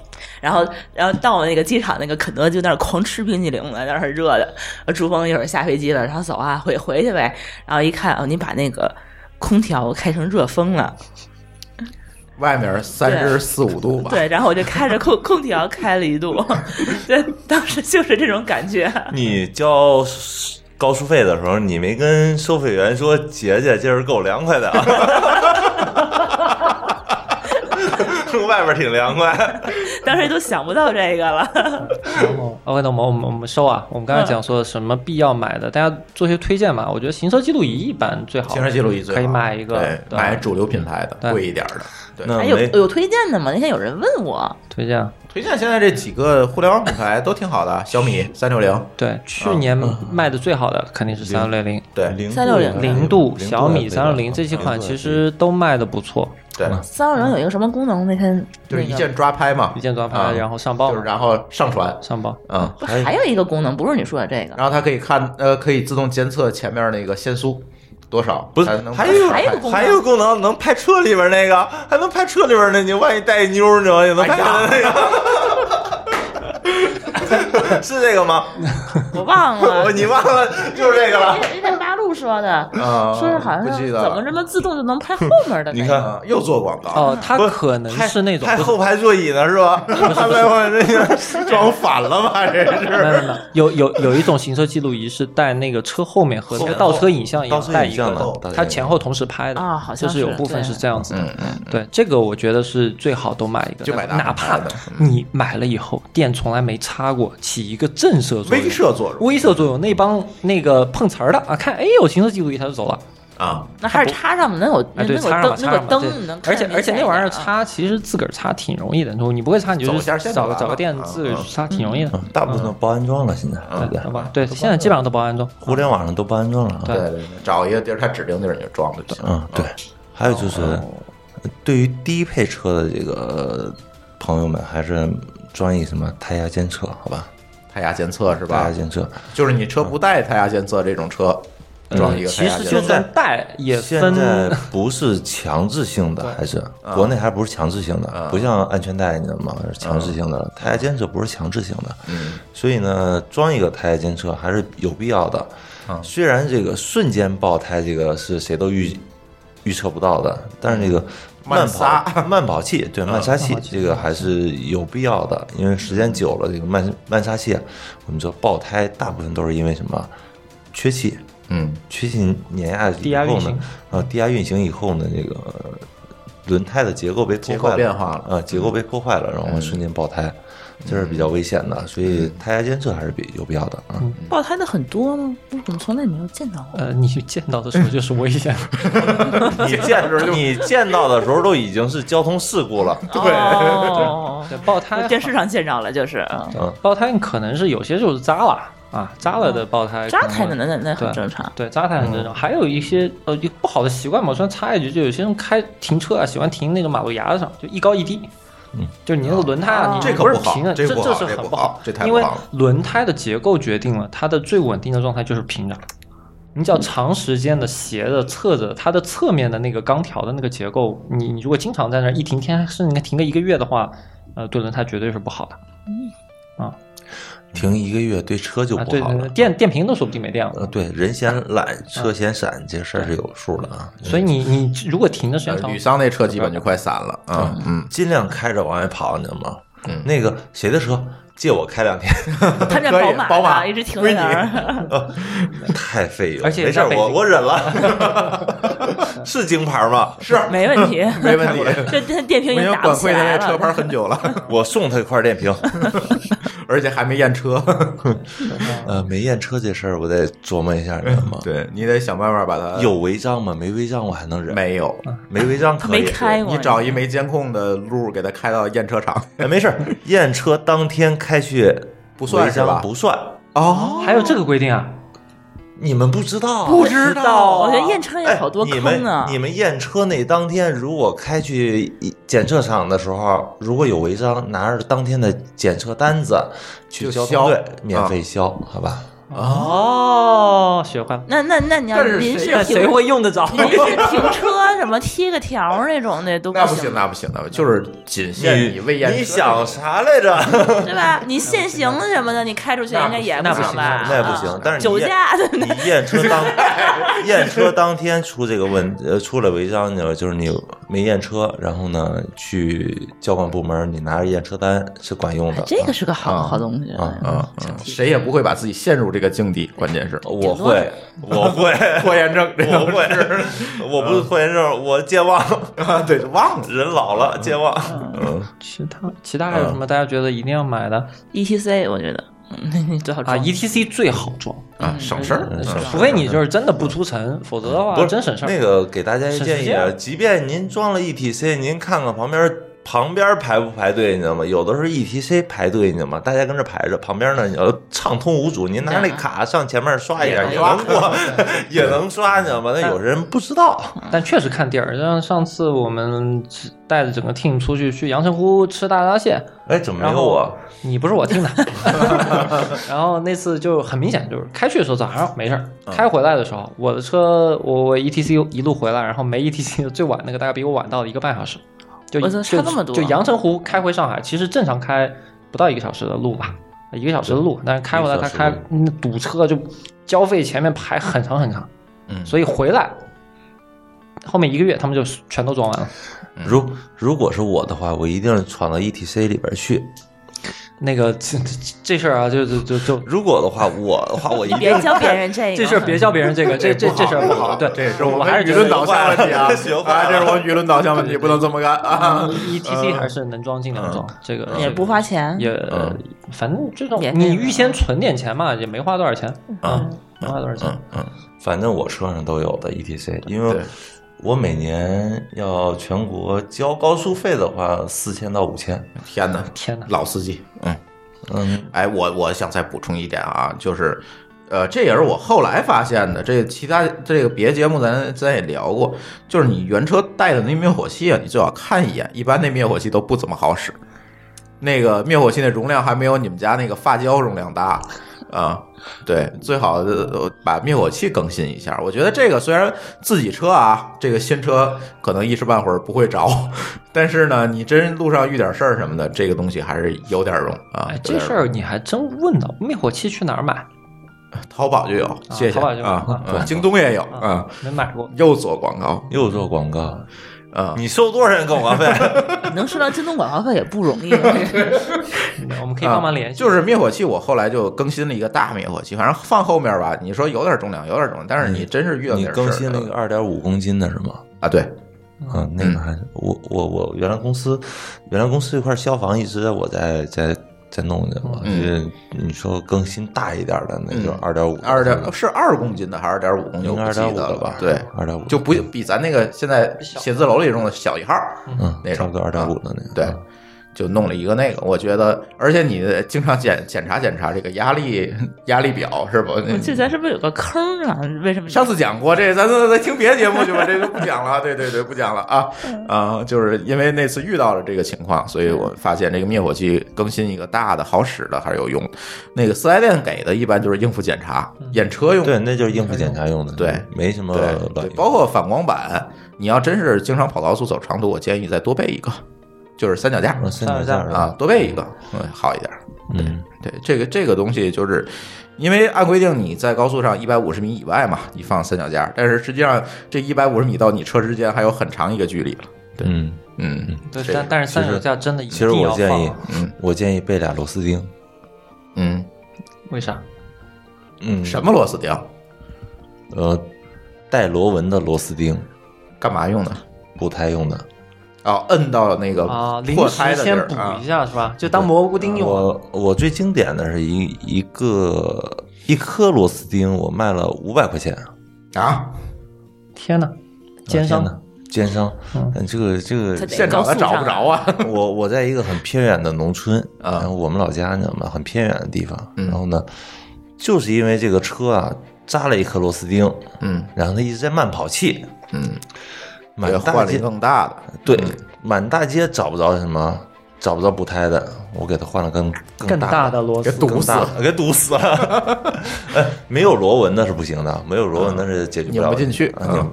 Speaker 4: 然后，然后到了那个机场，那个肯德基那儿狂吃冰激凌了，那儿很热的。呃朱峰一会儿下飞机了，然后走啊，回回去呗。然后一看，哦，你把那个空调开成热风了，
Speaker 3: 外面三十四五度吧，
Speaker 4: 对。然后我就开着空 空调开了一度，对，当时就是这种感觉。
Speaker 6: 你交高速费的时候，你没跟收费员说姐姐今儿够凉快 的啊。外边挺凉快，
Speaker 4: 当时都想不到这个了。
Speaker 5: OK，那我们我们我们收啊，我们
Speaker 4: 嗯
Speaker 5: 刚才讲说什么必要买的，大家做些推荐嘛。我觉得行车记录仪一般最好，嗯
Speaker 3: 行车记录仪最好
Speaker 5: 可以买一个，
Speaker 3: 对，
Speaker 5: 对
Speaker 3: 买主流品牌的
Speaker 5: 对
Speaker 3: 贵一点的。对，
Speaker 6: 那
Speaker 4: 哎，有
Speaker 6: 嗯没
Speaker 4: 有推荐的吗？那天有人问我，
Speaker 5: 推荐。
Speaker 3: 推荐现在这几个互联网品牌都挺好的，小米、三六零，
Speaker 5: 对，去年
Speaker 3: 嗯
Speaker 5: 卖的最好的肯定是三六零、
Speaker 3: 对
Speaker 6: 零
Speaker 4: 360
Speaker 5: 零度、小米三六零
Speaker 3: 嗯
Speaker 6: 360
Speaker 5: 这些款，其实都卖的不错，
Speaker 3: 对，
Speaker 4: 三六零有一个什么功能？那天
Speaker 3: 就是
Speaker 4: 那
Speaker 3: 一
Speaker 4: 个
Speaker 3: 键抓拍嘛，
Speaker 5: 一键抓
Speaker 3: 啊
Speaker 5: 拍，然后上报
Speaker 3: 就是
Speaker 5: 嘛，
Speaker 3: 然后上传，
Speaker 5: 上报。
Speaker 3: 嗯，
Speaker 4: 不还有一个功能，不是你说的这个，
Speaker 3: 然后它可以看，呃，可以自动监测前面那个限速多少，
Speaker 6: 不是
Speaker 3: 才能
Speaker 6: 还有
Speaker 4: 还有个功能
Speaker 6: 还有功能能拍车里边那个，还能拍车里边那，你万一带一妞儿，你知道吗也能拍下来那个， 是这个吗？
Speaker 4: 我忘了
Speaker 6: 我。你忘了就是这个了。
Speaker 4: 人家八路说的，
Speaker 3: 啊
Speaker 4: 说是好像
Speaker 3: 不记
Speaker 4: 是
Speaker 3: 得了
Speaker 4: 怎么这么自动就能拍后面的那个？
Speaker 6: 你看
Speaker 3: 啊又做广告，
Speaker 5: 哦，它
Speaker 6: 不
Speaker 5: 可能
Speaker 6: 拍
Speaker 5: 是那种
Speaker 6: 拍
Speaker 5: 不
Speaker 6: 后排座椅呢是吧？ 拍后排座椅装反了吧？这
Speaker 5: 没有没
Speaker 6: 是
Speaker 5: 有没有有有有一种行车记录仪是带那个车后面和那个
Speaker 6: 后
Speaker 5: 倒车影像一
Speaker 6: 倒
Speaker 5: 样
Speaker 6: 车
Speaker 5: 带
Speaker 6: 影
Speaker 5: 一
Speaker 6: 像
Speaker 5: 个
Speaker 6: 的倒
Speaker 5: 的，
Speaker 6: 车
Speaker 5: 它
Speaker 6: 影
Speaker 5: 前后同时拍的
Speaker 4: 啊好像
Speaker 5: 就是有
Speaker 4: 是
Speaker 5: 部
Speaker 4: 对
Speaker 5: 分是这样子的。
Speaker 3: 嗯嗯，
Speaker 5: 对，这个我觉得是最好都买一个，
Speaker 3: 就买大
Speaker 5: 哪
Speaker 3: 牌
Speaker 5: 怕
Speaker 3: 的
Speaker 5: 你买了以后电从来没插过，起一个震慑作用。
Speaker 3: 威慑作用，
Speaker 5: 威慑作用，那帮那个碰瓷儿的啊，看哎有行车记录仪他就走了，
Speaker 3: 啊，
Speaker 4: 那还是插上吧，能有
Speaker 5: 哎，
Speaker 4: 能
Speaker 5: 对，
Speaker 4: 有
Speaker 5: 插上
Speaker 4: 灯，
Speaker 5: 吧，插
Speaker 4: 那个
Speaker 5: 上吧。对
Speaker 4: 灯能看
Speaker 5: 而
Speaker 4: 得
Speaker 5: 且
Speaker 4: 明显一点啊，
Speaker 5: 而且那玩意儿插其实自个儿插挺容易的，你说你不会插，你就
Speaker 3: 走一
Speaker 5: 是
Speaker 3: 下线就
Speaker 5: 找
Speaker 3: 完
Speaker 5: 找
Speaker 3: 了
Speaker 5: 个店
Speaker 3: 啊
Speaker 5: 自己
Speaker 3: 啊
Speaker 5: 插，挺容易的。
Speaker 6: 大部分都包安装了，现在
Speaker 3: 嗯
Speaker 6: 这边
Speaker 5: 好吧，对，现在基本上都包安装。
Speaker 6: 互联网上都包安装了。
Speaker 3: 对，对对，找一个地儿，他指定地儿你就装就行。
Speaker 6: 嗯，哦对。还有就是，对于低配车的这个朋友们，还是装一什么胎压监测，好吧？
Speaker 3: 胎压监测是
Speaker 6: 胎压
Speaker 3: 吧？
Speaker 6: 监测，
Speaker 3: 就是你车不带胎压监测这种车，装一个胎
Speaker 5: 其
Speaker 6: 啊
Speaker 3: 压
Speaker 5: 实
Speaker 3: 监
Speaker 5: 就
Speaker 3: 测。
Speaker 5: 算带也
Speaker 6: 现
Speaker 5: 分，
Speaker 6: 在不是强制性的，还是国内还不是强制性的，不像安全带，你知道吗？是强制性的了，胎压监测不是强制性的，
Speaker 3: 嗯
Speaker 6: 所以呢，装一个胎压监测还是有必要的。虽然这个瞬间爆胎这个是谁都预预测不到的，但是这个慢
Speaker 3: 慢
Speaker 6: 跑
Speaker 3: 刹
Speaker 6: 慢跑器，对慢刹器这个还是有必要的，因为时间久了，这个慢慢刹器啊，我们说爆胎大部分都是因为什么缺气，
Speaker 3: 嗯，
Speaker 6: 缺气碾压
Speaker 5: 低
Speaker 6: 以
Speaker 5: 压
Speaker 6: 后
Speaker 5: 运
Speaker 6: 呢
Speaker 5: 行，
Speaker 6: 啊，低压运行以后呢，这个呃轮胎的结构被破
Speaker 3: 结构
Speaker 6: 坏
Speaker 3: 变化了
Speaker 6: 啊，结构被破坏了，然后瞬间爆胎，这是比较危险的，所以胎压监测还是比有必要的
Speaker 5: 嗯
Speaker 6: 啊。
Speaker 4: 爆胎的很多吗？我怎么从来没有见到过？
Speaker 5: 呃，你见到的时候就是危险。
Speaker 6: 你见你见到的时候都已经是交通事故了，
Speaker 4: 哦，
Speaker 5: 对爆胎
Speaker 4: 在电视上见着了，就是嗯
Speaker 6: 嗯
Speaker 5: 爆胎可能是有些就是扎了啊，扎了的爆胎，
Speaker 4: 扎胎的那那那
Speaker 5: 对
Speaker 4: 很正 常。
Speaker 5: 对，扎胎很正常。还有一些呃一个不好的习惯嘛，我虽然插一句，就有些人开停车啊，喜欢停那个马路牙子上，就一高一低。嗯，就是你那个轮胎啊，
Speaker 4: 哦
Speaker 5: 你
Speaker 3: 这可
Speaker 5: 不是
Speaker 3: 不好
Speaker 5: 停的，
Speaker 3: 这
Speaker 5: 这
Speaker 3: 不好
Speaker 5: 是
Speaker 3: 这
Speaker 5: 很
Speaker 3: 不
Speaker 5: 不
Speaker 3: 好这太不
Speaker 5: 因为
Speaker 3: 好了
Speaker 5: 轮胎的结构决定了它的最稳定的状态就是平着。你只要长时间的斜着、侧着，它的侧面的那个钢条的那个结构，你你如果经常在那儿一停天，甚至你停个一个月的话，呃，对轮胎绝对是不好的
Speaker 6: 停一个月对车就
Speaker 5: 啊。
Speaker 6: 不
Speaker 5: 对
Speaker 6: 好
Speaker 5: 对对，
Speaker 6: 了。
Speaker 5: 电啊电瓶都说不定没电了。
Speaker 6: 呃，对，人嫌懒，车嫌闪，这事儿是有数的啊。
Speaker 5: 所以你你如果停的时间
Speaker 3: 呃
Speaker 5: 长
Speaker 3: 吕，桑那车基本就快散了啊，嗯，
Speaker 6: 尽量开着往外跑，你知道吗？那个谁的车借我开两天，
Speaker 4: 看见
Speaker 3: 可以
Speaker 4: 宝马
Speaker 3: 宝马
Speaker 4: 啊一直停在那儿，
Speaker 6: 太费油。
Speaker 5: 而且
Speaker 6: 没事儿，
Speaker 5: 在北
Speaker 6: 我
Speaker 5: 京
Speaker 6: 我忍了。 是京牌吗？是，
Speaker 4: 没问题，
Speaker 3: 没问题。
Speaker 4: 这这电瓶
Speaker 3: 我
Speaker 4: 已
Speaker 3: 已
Speaker 4: 经
Speaker 3: 经
Speaker 4: 打不
Speaker 3: 管
Speaker 4: 起
Speaker 3: 会他
Speaker 4: 来
Speaker 3: 那车牌
Speaker 4: 了。
Speaker 3: 很久了，
Speaker 6: 我送他一块电瓶。
Speaker 3: 而且还没验 车。
Speaker 6: 呃，没验车这事儿，我得琢磨一下，你知道吗？，
Speaker 3: 对你得想办法把它
Speaker 6: 有违章吗？没违章我还能忍。
Speaker 3: 没有？
Speaker 6: 没违章
Speaker 4: 他
Speaker 6: 可以
Speaker 4: 没。开过，
Speaker 3: 你找一没监控的路给他开到验车场
Speaker 6: 哎，没事儿，验车当天开去
Speaker 3: 不算
Speaker 6: 违
Speaker 3: 是吧
Speaker 6: 章不算。
Speaker 3: 哦，
Speaker 5: 还有这个规定啊？
Speaker 6: 你们不知道啊，
Speaker 3: 不知道
Speaker 4: 我觉得验车也
Speaker 6: 哎，
Speaker 4: 好多
Speaker 6: 你们
Speaker 4: 坑啊呢。
Speaker 6: 你们验车那当天，如果开去检测厂的时候，如果有违章，拿着当天的检测单子去
Speaker 3: 就
Speaker 6: 交
Speaker 3: 销
Speaker 6: 通队免
Speaker 3: 啊
Speaker 6: 费销，好吧？
Speaker 5: 哦，学会了。
Speaker 4: 那那那你要
Speaker 3: 但是
Speaker 4: 临时
Speaker 3: 谁
Speaker 4: 停
Speaker 5: 谁会用得着？
Speaker 4: 临时停车什么贴个条儿那种的都
Speaker 3: 那不
Speaker 4: 行
Speaker 3: 行，，那不行，那不行就是仅限你未验车。
Speaker 6: 你想啥来着？
Speaker 4: 对吧？你限行什么的，你开出去应该也
Speaker 5: 那不
Speaker 4: 行
Speaker 5: 行
Speaker 4: 吧？
Speaker 6: 那不
Speaker 4: 啊
Speaker 6: 行，但是你
Speaker 4: 酒
Speaker 6: 验
Speaker 4: 驾 的
Speaker 6: 你验车当验车当天出这个问呃出了违章，你知道就是你没验车，然后呢去交管部门，你拿着验车单是管用的。
Speaker 4: 哎这个是个好
Speaker 3: 啊
Speaker 4: 好东西
Speaker 6: 啊
Speaker 3: 啊，嗯谁也不会把自己陷入这个境地，关键是
Speaker 6: 我会，我会，
Speaker 3: 拖延症，这种
Speaker 6: 我会，我不是拖延症，我健忘，
Speaker 3: 啊，对，忘了。
Speaker 6: 人老了健忘。嗯，
Speaker 5: 其他其他还有什么大家觉得一定要买的
Speaker 4: E T C，我觉得，嗯，你最好
Speaker 5: 啊
Speaker 4: 装
Speaker 5: ？E T C 最好装，
Speaker 3: 啊，省事儿，
Speaker 6: 省
Speaker 5: 除非你就是真的不出城，否则的
Speaker 6: 不
Speaker 5: 话
Speaker 6: 是
Speaker 5: 啊真省事儿。
Speaker 6: 那个给大家一
Speaker 5: 省
Speaker 6: 建
Speaker 5: 时
Speaker 6: 议
Speaker 5: 间
Speaker 6: 啊，
Speaker 5: 啊
Speaker 6: 即便您装了 ETC，您看看旁边旁边排不排队，你知道吗？有的时候 ETC 排队，你知道吗？大家跟这排着，旁边呢你要畅通无阻，您拿
Speaker 5: 哎
Speaker 6: 那
Speaker 4: 对啊
Speaker 6: 卡上前面刷一下
Speaker 4: 也
Speaker 6: 也
Speaker 3: 能
Speaker 6: 能过， 也能刷，你知道吗？但有人不知道，
Speaker 5: 但确实看地儿，像上次我们带着整个 team 出去去阳澄湖吃大闸蟹，
Speaker 6: 哎，怎么没
Speaker 5: 然
Speaker 6: 有
Speaker 5: 后
Speaker 6: 我？
Speaker 5: 你不是我听的。 然后那次就很明显，就是开去的时候早上没事儿，
Speaker 6: 嗯
Speaker 5: 开回来的时候，我的车我我 E T C 一路回来，然后没 E T C 最晚那个大概比我晚到了一个半小时，就
Speaker 4: 我操
Speaker 5: 就
Speaker 4: 差这么多啊
Speaker 5: 就阳澄湖开回上海，其实正常开不到一个小时的路吧，一个小时的路，但是开回来
Speaker 6: 一个
Speaker 5: 他
Speaker 6: 小时
Speaker 5: 开嗯堵车就交费前面排很长很长，
Speaker 6: 嗯
Speaker 5: 所以回来后面一个月他们就全都装完了。
Speaker 6: 如如果是我的话，我一定闯到 ETC 里边去。
Speaker 5: 那个这这这事儿啊，就就就就
Speaker 6: 如果的话，我的话，我一定
Speaker 4: 别教别人这个，啊
Speaker 5: 这事儿别教别人这个，这这这事儿不好，对，
Speaker 3: 这是
Speaker 5: 我
Speaker 3: 我们
Speaker 5: 还是
Speaker 3: 舆
Speaker 5: 觉得
Speaker 3: 论导向问题啊，
Speaker 6: 学坏了
Speaker 3: 啊，这是我们舆论导向问题，不能这么嗯干啊。
Speaker 5: E T C 还是能装尽量装，这个
Speaker 4: 也不花钱，
Speaker 3: 嗯
Speaker 5: 也，反正这种
Speaker 4: 免费
Speaker 5: 你
Speaker 4: 的嗯
Speaker 5: 预先存点钱嘛，也没花多少钱，
Speaker 3: 嗯
Speaker 6: 啊，
Speaker 5: 花多少钱？
Speaker 6: 反正我车上都有的 ETC，因
Speaker 3: 对
Speaker 6: 为我每年要全国交高速费的话，四千到五千。
Speaker 3: 天哪，
Speaker 5: 天哪！
Speaker 3: 老司机，嗯。
Speaker 6: 嗯，
Speaker 3: 哎，我我想再补充一点啊，就是，呃，这也是我后来发现的。这其他这个别节目咱咱也聊过，就是你原车带的那灭火器啊，你最好看一眼，一般那灭火器都不怎么好使。那个灭火器的容量还没有你们家那个发胶容量大啊、对，最好呃把灭火器更新一下。我觉得这个虽然自己车啊，这个新车可能一时半会儿不会着，但是呢，你真路上遇点事儿什么的，这个东西还是有点用啊。
Speaker 5: 哎
Speaker 3: 有，
Speaker 5: 这
Speaker 3: 点
Speaker 5: 事
Speaker 3: 用
Speaker 5: 儿你还真问到，灭火器去哪儿买？
Speaker 3: 淘宝就有，谢谢
Speaker 5: 淘宝就有
Speaker 3: 啊
Speaker 5: 啊，
Speaker 3: 嗯京东也有
Speaker 5: 啊
Speaker 3: 啊，，
Speaker 5: 没买过。
Speaker 3: 又做广告
Speaker 6: 又做广告，
Speaker 3: 啊，
Speaker 6: 你收多少人广告费？
Speaker 4: 能收到京东广告费也不容易。
Speaker 5: 我们可以帮忙联系。
Speaker 3: 啊就是灭火器，我后来就更新了一个大灭火器，反正放后面吧，你说有点重量，有点重量，但是你真是遇到
Speaker 6: 哎你
Speaker 3: 点事儿
Speaker 6: 更新了一个二点五公斤的是吗？
Speaker 3: 啊，对，
Speaker 6: 嗯，那个还是我我我原来公司，原来公司这块消防一直我在在在弄着嘛，
Speaker 3: 嗯
Speaker 6: 就是你说更新大一点的，那就
Speaker 3: 嗯
Speaker 6: 二点五，
Speaker 3: 二点是二公斤的还是二点五公斤？
Speaker 6: 应
Speaker 3: 我
Speaker 6: 该
Speaker 3: 不
Speaker 6: 二
Speaker 3: 记
Speaker 6: 点五
Speaker 3: 得
Speaker 6: 了
Speaker 3: 了
Speaker 6: 吧？嗯
Speaker 3: 对，
Speaker 6: 二点五，
Speaker 3: 就不比咱那个现在写字楼里用的小一号，
Speaker 6: 嗯，
Speaker 3: 那种啊
Speaker 6: 差不多二点五的那个，啊
Speaker 3: 对，就弄了一个那个，我觉得，而且你经常检检查检查这个压力压力表是吧？嗯
Speaker 4: 我记得咱是不是有个坑啊？为什么？
Speaker 3: 上次讲过这，咱咱咱听别的节目去吧，这就不讲了。对对对，不讲了啊
Speaker 4: 嗯
Speaker 3: 啊、就是因为那次遇到了这个情况，所以我发现这个灭火器更新一个大的好使的还是有用的。那个四 S 店给的，一般就是应付检查、验车用
Speaker 6: 嗯对，
Speaker 3: 的，
Speaker 6: 那就是应付检查用的，
Speaker 3: 对，
Speaker 6: 没什么
Speaker 3: 对
Speaker 6: 卵
Speaker 3: 对，
Speaker 6: 用，
Speaker 3: 包括反光板，你要真是经常跑高速走长途，我建议再多备一个，就是三脚架
Speaker 6: 嗯三脚架是吧
Speaker 3: 啊，，多备一个，嗯，好一点。
Speaker 6: 嗯，
Speaker 3: 对，这个这个东西就是，因为按规定你在高速上一百五十米以外嘛，你放三脚架，但是实际上这一百五十米到你车之间还有很长一个距离了。
Speaker 6: 嗯，
Speaker 3: 嗯，
Speaker 5: 对，
Speaker 3: 这
Speaker 5: 但但是三脚架真的一
Speaker 6: 其实
Speaker 5: 定
Speaker 6: 我
Speaker 5: 要
Speaker 6: 建议
Speaker 5: 放，，
Speaker 3: 嗯
Speaker 6: 我建议备俩螺丝钉，
Speaker 3: 嗯，
Speaker 5: 为啥？
Speaker 6: 嗯，
Speaker 3: 什么螺丝钉？
Speaker 6: 呃，带螺纹的螺丝钉，
Speaker 3: 干嘛用的？
Speaker 6: 补胎用的。
Speaker 3: 哦，摁到那个
Speaker 5: 啊，临
Speaker 3: 破胎的地
Speaker 5: 时先
Speaker 3: 儿
Speaker 5: 补
Speaker 3: 啊
Speaker 5: 一。下是吧？就当蘑菇丁用。
Speaker 6: 我我最经典的是一一个一颗螺丝钉，我卖了五百块钱，
Speaker 3: 啊，
Speaker 5: 天哪，奸商！
Speaker 6: 呢，奸商
Speaker 5: 嗯，
Speaker 6: 嗯，这个这个
Speaker 4: 他得
Speaker 3: 现场他找不着啊。
Speaker 6: 我我在一个很偏远的农村
Speaker 3: 啊
Speaker 6: 然后我们老家你知道吗？很偏远的地方，
Speaker 3: 嗯
Speaker 6: 然后呢，就是因为这个车啊扎了一颗螺丝钉，
Speaker 3: 嗯
Speaker 6: 然后它一直在慢跑气，
Speaker 3: 嗯，
Speaker 6: 满
Speaker 3: 对
Speaker 6: 大
Speaker 3: 换了一
Speaker 6: 街
Speaker 3: 个嗯更大的。
Speaker 6: 对满大街找不着什么，找不着补胎的，我给它换了更
Speaker 5: 更
Speaker 6: 大
Speaker 5: 大的螺丝
Speaker 3: 给堵
Speaker 6: 更大的，给堵死了。 哎，没有螺纹的是不行的，没有螺纹的是解决不了
Speaker 3: 拧
Speaker 6: 的，
Speaker 3: 不进去嗯
Speaker 6: 啊拧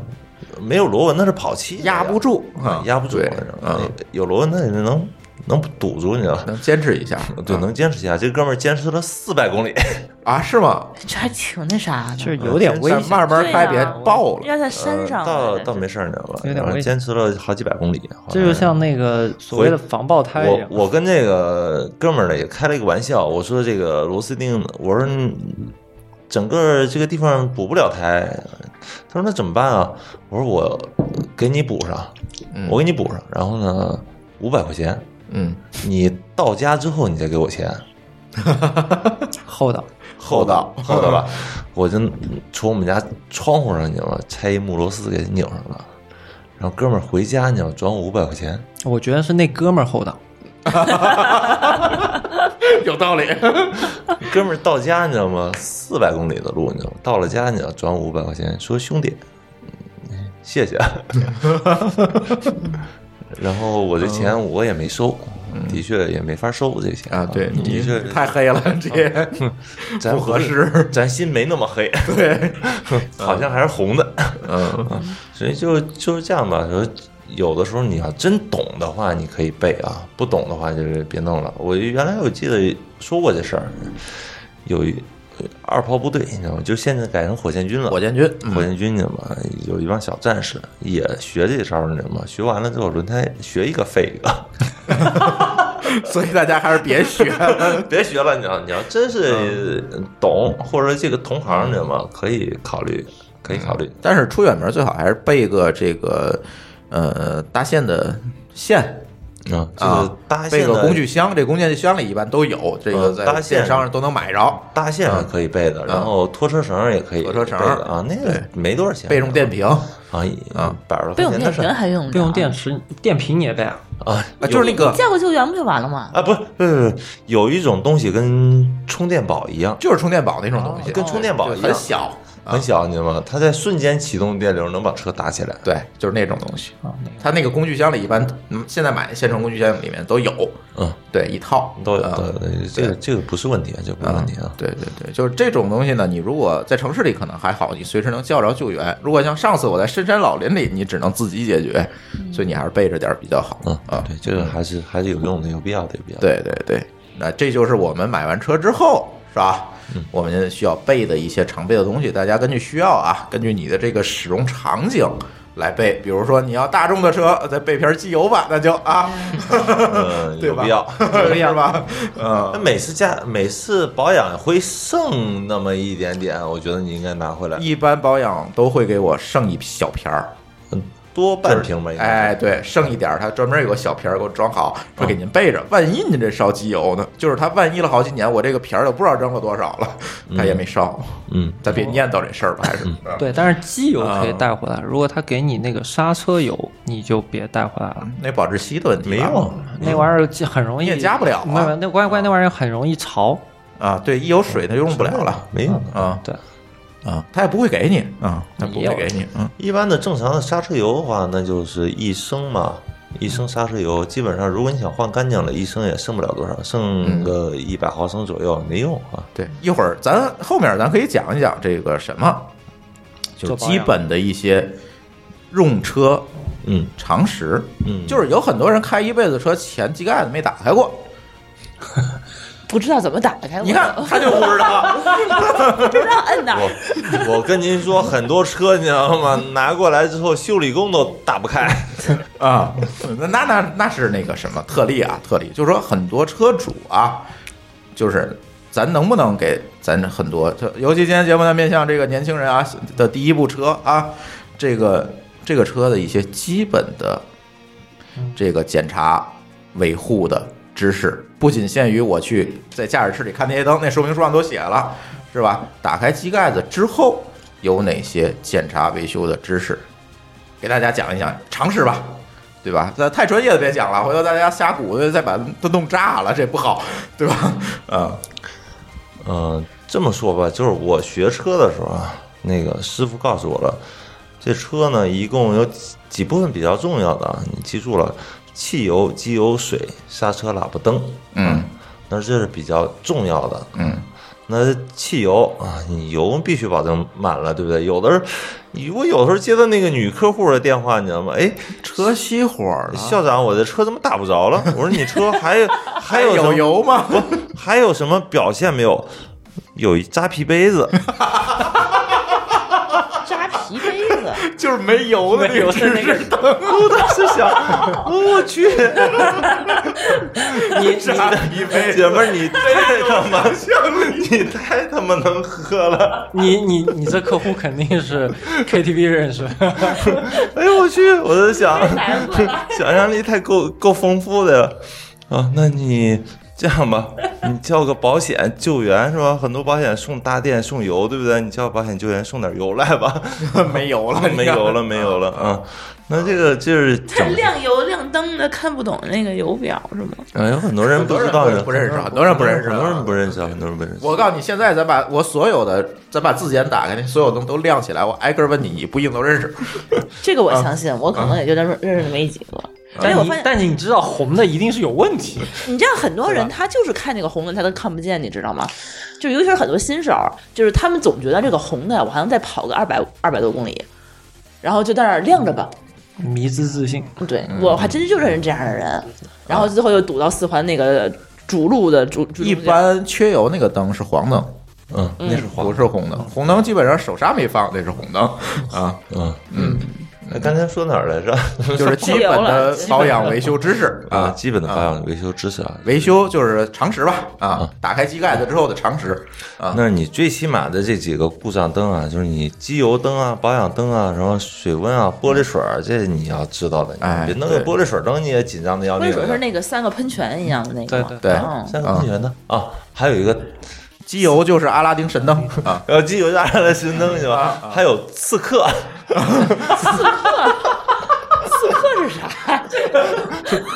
Speaker 6: 没有螺纹那是跑气的呀，
Speaker 3: 压不住
Speaker 6: 啊
Speaker 3: 啊
Speaker 6: 压不住。
Speaker 3: 对
Speaker 6: 那
Speaker 3: 啊
Speaker 6: 个有螺纹那也能能堵住，你知道吧？
Speaker 3: 能坚持一下，
Speaker 6: 对，
Speaker 3: 啊
Speaker 6: 能坚持下。这哥们儿坚持了四百公里，
Speaker 3: 啊？是吗？
Speaker 4: 这还挺那啥
Speaker 5: 就是
Speaker 3: 嗯
Speaker 4: 的。
Speaker 5: 有点危
Speaker 3: 但
Speaker 5: 险。
Speaker 3: 慢慢
Speaker 4: 对
Speaker 3: 开
Speaker 4: 呀
Speaker 3: 别
Speaker 4: 我
Speaker 3: 爆了。呃
Speaker 4: 要在山上
Speaker 6: 倒
Speaker 4: 来着
Speaker 6: 倒没事儿，你知道吧？
Speaker 5: 有点危险
Speaker 6: 坚持了好几百公里。好
Speaker 5: 这就像那个哎所谓的防爆胎一
Speaker 6: 我
Speaker 5: 样。
Speaker 6: 我跟那个哥们儿呢也开了一个玩笑，我说这个螺丝钉，我说嗯整个这个地方补不了胎，他说那怎么办啊？我说我给你补上，
Speaker 3: 嗯
Speaker 6: 我给你补上，然后呢五百块钱，
Speaker 3: 嗯，
Speaker 6: 你到家之后你再给我钱，
Speaker 5: 厚道，
Speaker 6: 厚道厚道 吧，我就从我们家窗户上你知道吗，拆一木螺丝给拧上了，然后哥们儿回家你知道转我五百块钱，
Speaker 5: 我觉得是那哥们儿厚道。
Speaker 3: 有道理。
Speaker 6: 哥们儿到家你知道吗？四百公里的路，你知道吗？到了家你知道转五百块钱，说兄弟，嗯谢 谢。然后我这钱我也没收，的确也没法收这钱
Speaker 3: 嗯啊，对，
Speaker 6: 的确嗯
Speaker 3: 你太 黑了，这也
Speaker 6: 咱
Speaker 3: 不合适。
Speaker 6: 咱心没那么黑，
Speaker 3: 对，
Speaker 6: 好像还是红的，
Speaker 3: 嗯
Speaker 6: 所以就就是这样吧。说有的时候你要真懂的话，你可以背啊；不懂的话就是别弄了。我原来我记得说过这事儿，有一二炮部队，你知道吗？就现在改成火箭军了，嗯
Speaker 3: 火箭军，嗯
Speaker 6: 火箭军，你知道吗？有一帮小战士也学这招，你知道吗？学完了之后，轮胎学一个废一个，
Speaker 3: 所以大家还是别学了。
Speaker 6: 别学了。你知道，你要真是
Speaker 3: 嗯
Speaker 6: 懂，或者这个同行，你知道吗？可以考虑，可以考虑。
Speaker 3: 但是出远门最好还是备一个这个呃搭线的线，
Speaker 6: 啊，就是
Speaker 3: 啊
Speaker 6: 搭，线
Speaker 3: 备个
Speaker 6: 的
Speaker 3: 工具箱，这工具箱里一般都有，这个
Speaker 6: 呃
Speaker 3: 在
Speaker 6: 搭线
Speaker 3: 电商上都能买着，
Speaker 6: 搭线是啊可以备的，然后拖车绳儿也可以备
Speaker 3: 啊拖
Speaker 6: 的，
Speaker 3: 车绳儿
Speaker 6: 啊，那
Speaker 3: 对
Speaker 6: 个没多少钱，
Speaker 3: 备用电瓶啊，
Speaker 6: 啊
Speaker 3: 啊，
Speaker 6: 百二十
Speaker 4: 备
Speaker 6: 多
Speaker 4: 用
Speaker 6: 块
Speaker 4: 电瓶
Speaker 6: 钱的事
Speaker 4: 还用着啊
Speaker 5: 备用电池、电瓶你也备啊？
Speaker 6: 啊，
Speaker 3: 就是那个
Speaker 4: 你叫个救援不就完了吗？
Speaker 6: 啊，不是不是不是，有一种东西跟充电宝一样，
Speaker 3: 就是充电宝那种东西，
Speaker 6: 哦跟充电宝
Speaker 3: 对
Speaker 6: 一
Speaker 3: 很
Speaker 6: 样，
Speaker 3: 小，啊
Speaker 6: 很小，你知道吗？它在瞬间启动电流，能把车打起来。
Speaker 3: 对，就是那种东西。
Speaker 5: 啊，那个
Speaker 3: 它那个工具箱里一般，嗯，现在买的现成工具箱里面都有，
Speaker 6: 嗯，
Speaker 3: 对，一套
Speaker 6: 都有
Speaker 3: 啊
Speaker 6: 都有，都有这个这个不是问题啊，这个不是问题啊。
Speaker 3: 对对对，就是这种东西呢，你如果在城市里可能还好，你随时能叫着救援。如果像上次我在深山老林里，你只能自己解决，
Speaker 5: 嗯
Speaker 3: 所以你还是备着点儿比较好
Speaker 6: 嗯
Speaker 3: 啊。
Speaker 6: 对，这个还是还是有用的，有必要的，有必要的。
Speaker 3: 对对对，那这就是我们买完车之后，是吧？
Speaker 6: 嗯
Speaker 3: 我们需要备的一些常备的东西，大家根据需要啊，根据你的这个使用场景来备。比如说你要大众的车，再备瓶机油吧，那就啊，
Speaker 6: 嗯，
Speaker 3: 对
Speaker 6: 有
Speaker 3: 吧？
Speaker 6: 必要。
Speaker 3: 是吧？
Speaker 6: 那
Speaker 3: 嗯，
Speaker 6: 每次加每次保养会剩那么一点点，我觉得你应该拿回来，
Speaker 3: 一般保养都会给我剩一小瓶儿。
Speaker 6: 嗯多半瓶吧。应该是
Speaker 3: 哎，对，剩一点儿，他专门有个小瓶儿给我装好，
Speaker 6: 嗯
Speaker 3: 说给您备着，万一您这烧机油呢？就是他万一了好几年，我这个瓶儿都不知道扔了多少了，他也没烧。
Speaker 6: 嗯，
Speaker 3: 咱别念叨这事儿吧，还是
Speaker 5: 对，但是机油可以
Speaker 3: 啊
Speaker 5: 带回来，如果他给你那个刹车油，你就别带回来了。
Speaker 3: 那保质期的问题吧
Speaker 6: 没用，
Speaker 5: 那玩意儿很容易
Speaker 3: 你也加不了啊
Speaker 5: 没有，那关键关键那玩意儿很容易潮。
Speaker 3: 啊，对，一有水它就用不了了
Speaker 6: 没用的。
Speaker 3: 啊
Speaker 5: 对，
Speaker 3: 啊，他也不会给你啊，他不会给你，嗯
Speaker 6: 一般的正常的刹车油的话，那就是一升嘛，一升刹车油，基本上如果你想换干净了，一升也剩不了多少，剩个一百毫升左右，没用啊。
Speaker 3: 对，一会儿咱后面咱可以讲一讲这个什么，就
Speaker 5: 做保
Speaker 3: 基
Speaker 5: 养
Speaker 3: 本的一些用车
Speaker 6: 嗯
Speaker 3: 常识，
Speaker 6: 嗯，
Speaker 3: 就是有很多人开一辈子车，前机盖子没打开过。
Speaker 4: 不知道怎么打
Speaker 5: 哎
Speaker 4: 开，
Speaker 3: 你看，他就不知道。
Speaker 4: 我不知道摁哪儿。
Speaker 6: 我我跟您说，很多车你知道吗？拿过来之后修理工都打不 开。
Speaker 3: 啊，那那那那是那个什么特例啊，特例，就是说很多车主啊，就是咱能不能给咱这很多，就尤其今天节目呢面向这个年轻人啊的第一部车啊，这个这个车的一些基本的这个检查维护的知识，不仅限于我去在驾驶室里看那些灯，那说明书上都写了，是吧？打开机盖子之后有哪些检查维修的知识，给大家讲一讲，尝试吧。对吧？那太专业的别讲了，回头大家瞎鼓再把都弄炸了，这不好，对吧？嗯
Speaker 6: 嗯，这么说吧，就是我学车的时候啊，那个师傅告诉我了，这车呢一共有几几部分比较重要的啊，你记住了，汽油、机油、水、刹车、喇叭灯。
Speaker 3: 嗯
Speaker 6: 那这是比较重要的。
Speaker 3: 嗯，
Speaker 6: 那汽油啊，你油必须保证满了，对不对？有的时候，我有时候接到那个女客户的电话，你知道吗？哎，
Speaker 3: 车熄火了
Speaker 6: 校长，我的车怎么打不着了？我说你车 还有还哎有什
Speaker 3: 有
Speaker 6: 么
Speaker 3: 油吗？
Speaker 6: 还有什么表现没有？有一扎啤 杯子，
Speaker 4: 扎皮杯子，
Speaker 3: 就是没油的那个指示灯，
Speaker 6: 我当时想，我去，
Speaker 3: 你炸一杯，哎
Speaker 6: 姐们儿你太他妈，你太他妈能喝了。
Speaker 5: 你你你这客户肯定是 KTV 认识，
Speaker 6: 哎呦我去！我在 想
Speaker 4: 难怪，
Speaker 6: 想象力太够够丰富的了啊！那你这样吧，你叫个保险救援是吧？很多保险送搭电送油，对不对？你叫保险救援送点油来吧，
Speaker 3: 没油 了，
Speaker 6: 没油了，没油了啊！那这个就是怎
Speaker 4: 它
Speaker 6: 么？
Speaker 4: 亮油亮灯的，看不懂那个油表是吗？
Speaker 6: 哎，有很多人不知道
Speaker 3: 很多人不认识啊很多人不认识
Speaker 6: 很多人不认识，啊很多人不认识。
Speaker 3: 我告诉你，现在咱把我所有的，咱把字典打开，那所有灯都亮起来，我挨个问你，你不一定都认识。
Speaker 4: 这个我
Speaker 3: 啊
Speaker 4: 相信，我可能也就认认识那么一几个。而且
Speaker 5: 但
Speaker 4: 我
Speaker 5: 你
Speaker 4: 发现，
Speaker 5: 但是你知道红的一定是有问题，
Speaker 4: 你知道很多人他就是看这个红的，他都看不见，你知道吗？就尤其是很多新手，就是他们总觉得这个红的，我还能再跑个二百二百多公里，然后就在那儿晾着吧。
Speaker 5: 迷之自信。
Speaker 4: 对我还真就认识这样的人，然后最后又堵到四环那个主路的主主
Speaker 3: 一般缺油那个灯是黄灯，
Speaker 6: 嗯，那是嗯
Speaker 3: 不是红灯，红灯基本上手刹没放，那是红灯啊。
Speaker 6: 嗯，
Speaker 3: 嗯，
Speaker 6: 哎刚才说哪儿来着？
Speaker 3: 就是基本的保养维修知识
Speaker 6: 啊，
Speaker 3: 啊，
Speaker 6: 基本的保养维修知识啊。
Speaker 3: 维修就是常识吧
Speaker 6: 嗯
Speaker 3: 啊，打开机盖子之后的常识啊，
Speaker 6: 那你最起码的这几个故障灯啊，就是你机油灯啊、保养灯啊，然后水温啊、玻璃水儿，这你要知道的。
Speaker 3: 嗯哎
Speaker 6: 你别弄个
Speaker 3: 对
Speaker 6: 玻璃水灯，你也紧张的要
Speaker 4: 或者
Speaker 6: 命啊
Speaker 4: 说是
Speaker 6: 的。
Speaker 4: 那个三个喷泉一样的那个吗？
Speaker 5: 对
Speaker 3: 对
Speaker 4: 嗯
Speaker 6: 三个喷泉的啊，还有一个
Speaker 3: 机油就是阿拉丁神灯啊，
Speaker 6: 呃，机油加上的新灯是吧？还有刺客，